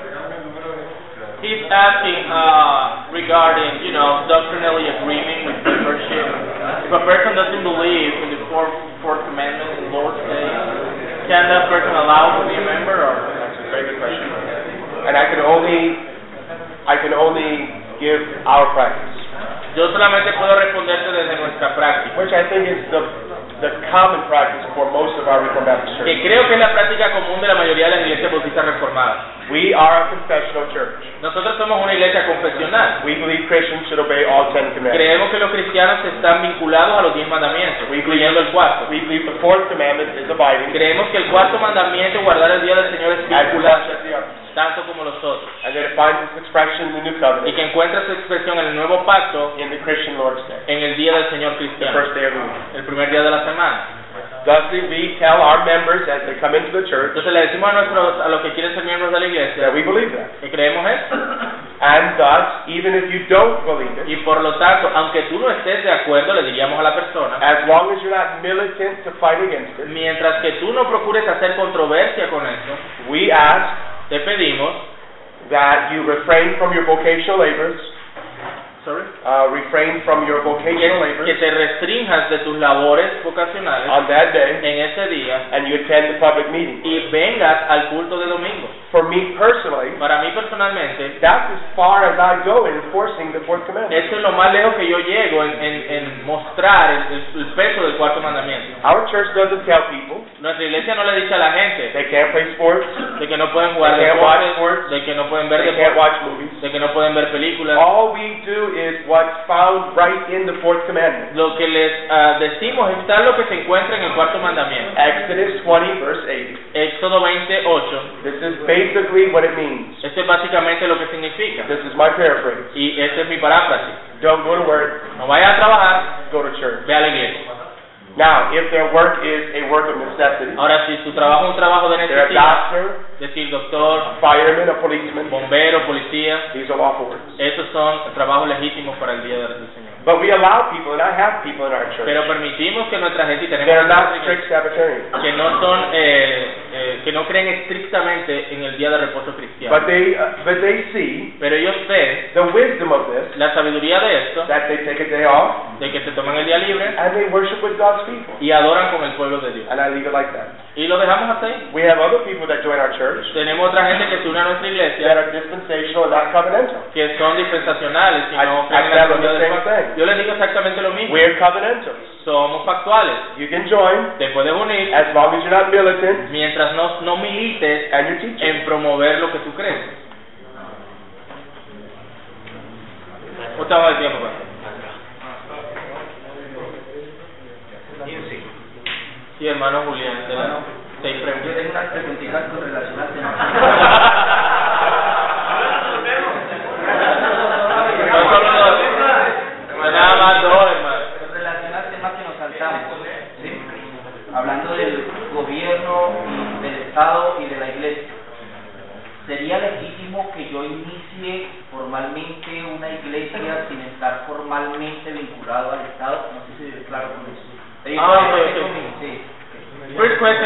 [SPEAKER 7] He's asking uh, regarding, you know, doctrinally agreeing with membership. If a person doesn't believe in the fourth, fourth commandment, the Lord's Day, can that person allow to be a member or?
[SPEAKER 2] That's a very good question. And I can only, I can only give our practice,
[SPEAKER 1] Yo solamente puedo responderte desde nuestra práctica,
[SPEAKER 2] which I think is the, the common practice for most of our Reformed Baptist
[SPEAKER 1] que
[SPEAKER 2] churches.
[SPEAKER 1] creo que es la práctica común de la mayoría de las iglesias bautistas reformadas.
[SPEAKER 2] We are a confessional church.
[SPEAKER 1] Nosotros somos una iglesia confesional.
[SPEAKER 2] We believe Christians should obey all ten commandments.
[SPEAKER 1] Creemos que los cristianos están vinculados a los diez mandamientos, incluyendo el cuarto.
[SPEAKER 2] We believe the fourth commandment is abiding
[SPEAKER 1] Creemos que el cuarto mandamiento, guardar el día del Señor, es
[SPEAKER 2] as much
[SPEAKER 1] vinculante,
[SPEAKER 2] as the others.
[SPEAKER 1] tanto como los otros,
[SPEAKER 2] And that it finds its expression in the new
[SPEAKER 1] y
[SPEAKER 2] covenant
[SPEAKER 1] que encuentra su expresión en el nuevo pacto
[SPEAKER 2] in the Christian Lord's Day,
[SPEAKER 1] en el día del Señor
[SPEAKER 2] the
[SPEAKER 1] cristiano,
[SPEAKER 2] first day of the week.
[SPEAKER 1] el primer día de la semana.
[SPEAKER 2] Thusly, we tell our members as they come into the church
[SPEAKER 1] Entonces le decimos a nuestros, a los que quieren ser miembros de la
[SPEAKER 2] that
[SPEAKER 1] iglesia,
[SPEAKER 2] we believe that.
[SPEAKER 1] que creemos esto.
[SPEAKER 2] And thus, even if you don't believe it,
[SPEAKER 1] Y por lo tanto, aunque tú no estés de acuerdo, le diríamos a la persona,
[SPEAKER 2] as long as you're not militant to fight against it,
[SPEAKER 1] mientras que tú no procures hacer controversia con esto,
[SPEAKER 2] we ask
[SPEAKER 1] te pedimos,
[SPEAKER 2] that you refrain from your vocational labors,
[SPEAKER 1] sorry,
[SPEAKER 2] uh, refrain from your
[SPEAKER 1] que,
[SPEAKER 2] vocational
[SPEAKER 1] que
[SPEAKER 2] labors
[SPEAKER 1] te restrinjas de tus labores vocacionales
[SPEAKER 2] on that day,
[SPEAKER 1] en ese día
[SPEAKER 2] and you attend the public meeting.
[SPEAKER 1] y vengas al culto de domingo.
[SPEAKER 2] For me personally,
[SPEAKER 1] Para mí personalmente,
[SPEAKER 2] that's as far as I go in enforcing the fourth commandment.
[SPEAKER 1] eso es lo más lejos que yo llego en, en- en mostrar el, el- el peso del cuarto mandamiento.
[SPEAKER 2] Our church doesn't tell people
[SPEAKER 1] Nuestra iglesia no le dice a la gente
[SPEAKER 2] they can't play sports,
[SPEAKER 1] de que no pueden jugar
[SPEAKER 2] They can't watch
[SPEAKER 1] deportes,
[SPEAKER 2] sports.
[SPEAKER 1] de que no pueden ver
[SPEAKER 2] they can't
[SPEAKER 1] deportes,
[SPEAKER 2] watch Oh. movies.
[SPEAKER 1] de que no pueden ver películas.
[SPEAKER 2] All we do is what's found right in the fourth commandment.
[SPEAKER 1] Lo que les ah, decimos es tal lo que se encuentra en el cuarto mandamiento.
[SPEAKER 2] Exodus 20, verse 8.
[SPEAKER 1] Éxodo 28.
[SPEAKER 2] This is basically what it means.
[SPEAKER 1] Esto es básicamente lo que significa.
[SPEAKER 2] This is my paraphrase.
[SPEAKER 1] Y esta es mi paráfrasis.
[SPEAKER 2] Don't go to work,
[SPEAKER 1] No vayas a trabajar,
[SPEAKER 2] go to church.
[SPEAKER 1] ve a la iglesia.
[SPEAKER 2] Now, if their work is a work of necessity,
[SPEAKER 1] Ahora, si tu trabajo es un trabajo de
[SPEAKER 2] they're a
[SPEAKER 1] necesidad,
[SPEAKER 2] doctor,
[SPEAKER 1] decir doctor,
[SPEAKER 2] a fireman, a policeman,
[SPEAKER 1] bombero, policía,
[SPEAKER 2] these are lawful works.
[SPEAKER 1] esos son trabajos legítimos para el día del Señor.
[SPEAKER 2] But we allow people, and I have people in our church,
[SPEAKER 1] Pero permitimos que nuestra gente y
[SPEAKER 2] that are
[SPEAKER 1] tenemos
[SPEAKER 2] not
[SPEAKER 1] gente
[SPEAKER 2] strict Sabbatarians.
[SPEAKER 1] que no son eh, eh, que no creen estrictamente en el día de reposo cristiano.
[SPEAKER 2] But they, uh, but they see
[SPEAKER 1] Pero ellos ven
[SPEAKER 2] the wisdom of this,
[SPEAKER 1] la sabiduría de esto,
[SPEAKER 2] that they take a day off
[SPEAKER 1] de que se toman el día libre
[SPEAKER 2] and they worship with God's people.
[SPEAKER 1] y adoran con el pueblo de Dios.
[SPEAKER 2] And I leave it like that.
[SPEAKER 1] Y lo dejamos hasta ahí.
[SPEAKER 2] We have other people that join our church
[SPEAKER 1] Tenemos otra gente que se une a nuestra
[SPEAKER 2] that
[SPEAKER 1] iglesia
[SPEAKER 2] are dispensational and not covenantal.
[SPEAKER 1] que son dispensacionales y no creen
[SPEAKER 2] I-
[SPEAKER 1] en
[SPEAKER 2] I
[SPEAKER 1] la
[SPEAKER 2] tell them
[SPEAKER 1] autoridad
[SPEAKER 2] the
[SPEAKER 1] del
[SPEAKER 2] same
[SPEAKER 1] pacto.
[SPEAKER 2] thing.
[SPEAKER 1] Yo les digo exactamente lo mismo.
[SPEAKER 2] We're covenantals.
[SPEAKER 1] Somos factuales.
[SPEAKER 2] You can join
[SPEAKER 1] Te puedes unir
[SPEAKER 2] as long as you're not militant
[SPEAKER 1] mientras no, no milites
[SPEAKER 2] and you're teaching.
[SPEAKER 1] en promover lo que tú crees. ¿Cómo estamos de tiempo, pastor? Sí, hermano Julián, te la- te
[SPEAKER 5] Yo
[SPEAKER 1] pregunto.
[SPEAKER 5] tengo unas preguntitas con relación al tema.
[SPEAKER 1] No solo dos, nada más dos, hermano.
[SPEAKER 5] Con relación al tema que nos saltamos, ¿sí? hablando del gobierno, y del Estado y de la Iglesia, ¿sería legítimo que yo inicie formalmente una iglesia sin estar formalmente vinculado al Estado? No sé si es claro con eso.
[SPEAKER 1] Ah, ok, ok.
[SPEAKER 5] Sí.
[SPEAKER 1] First question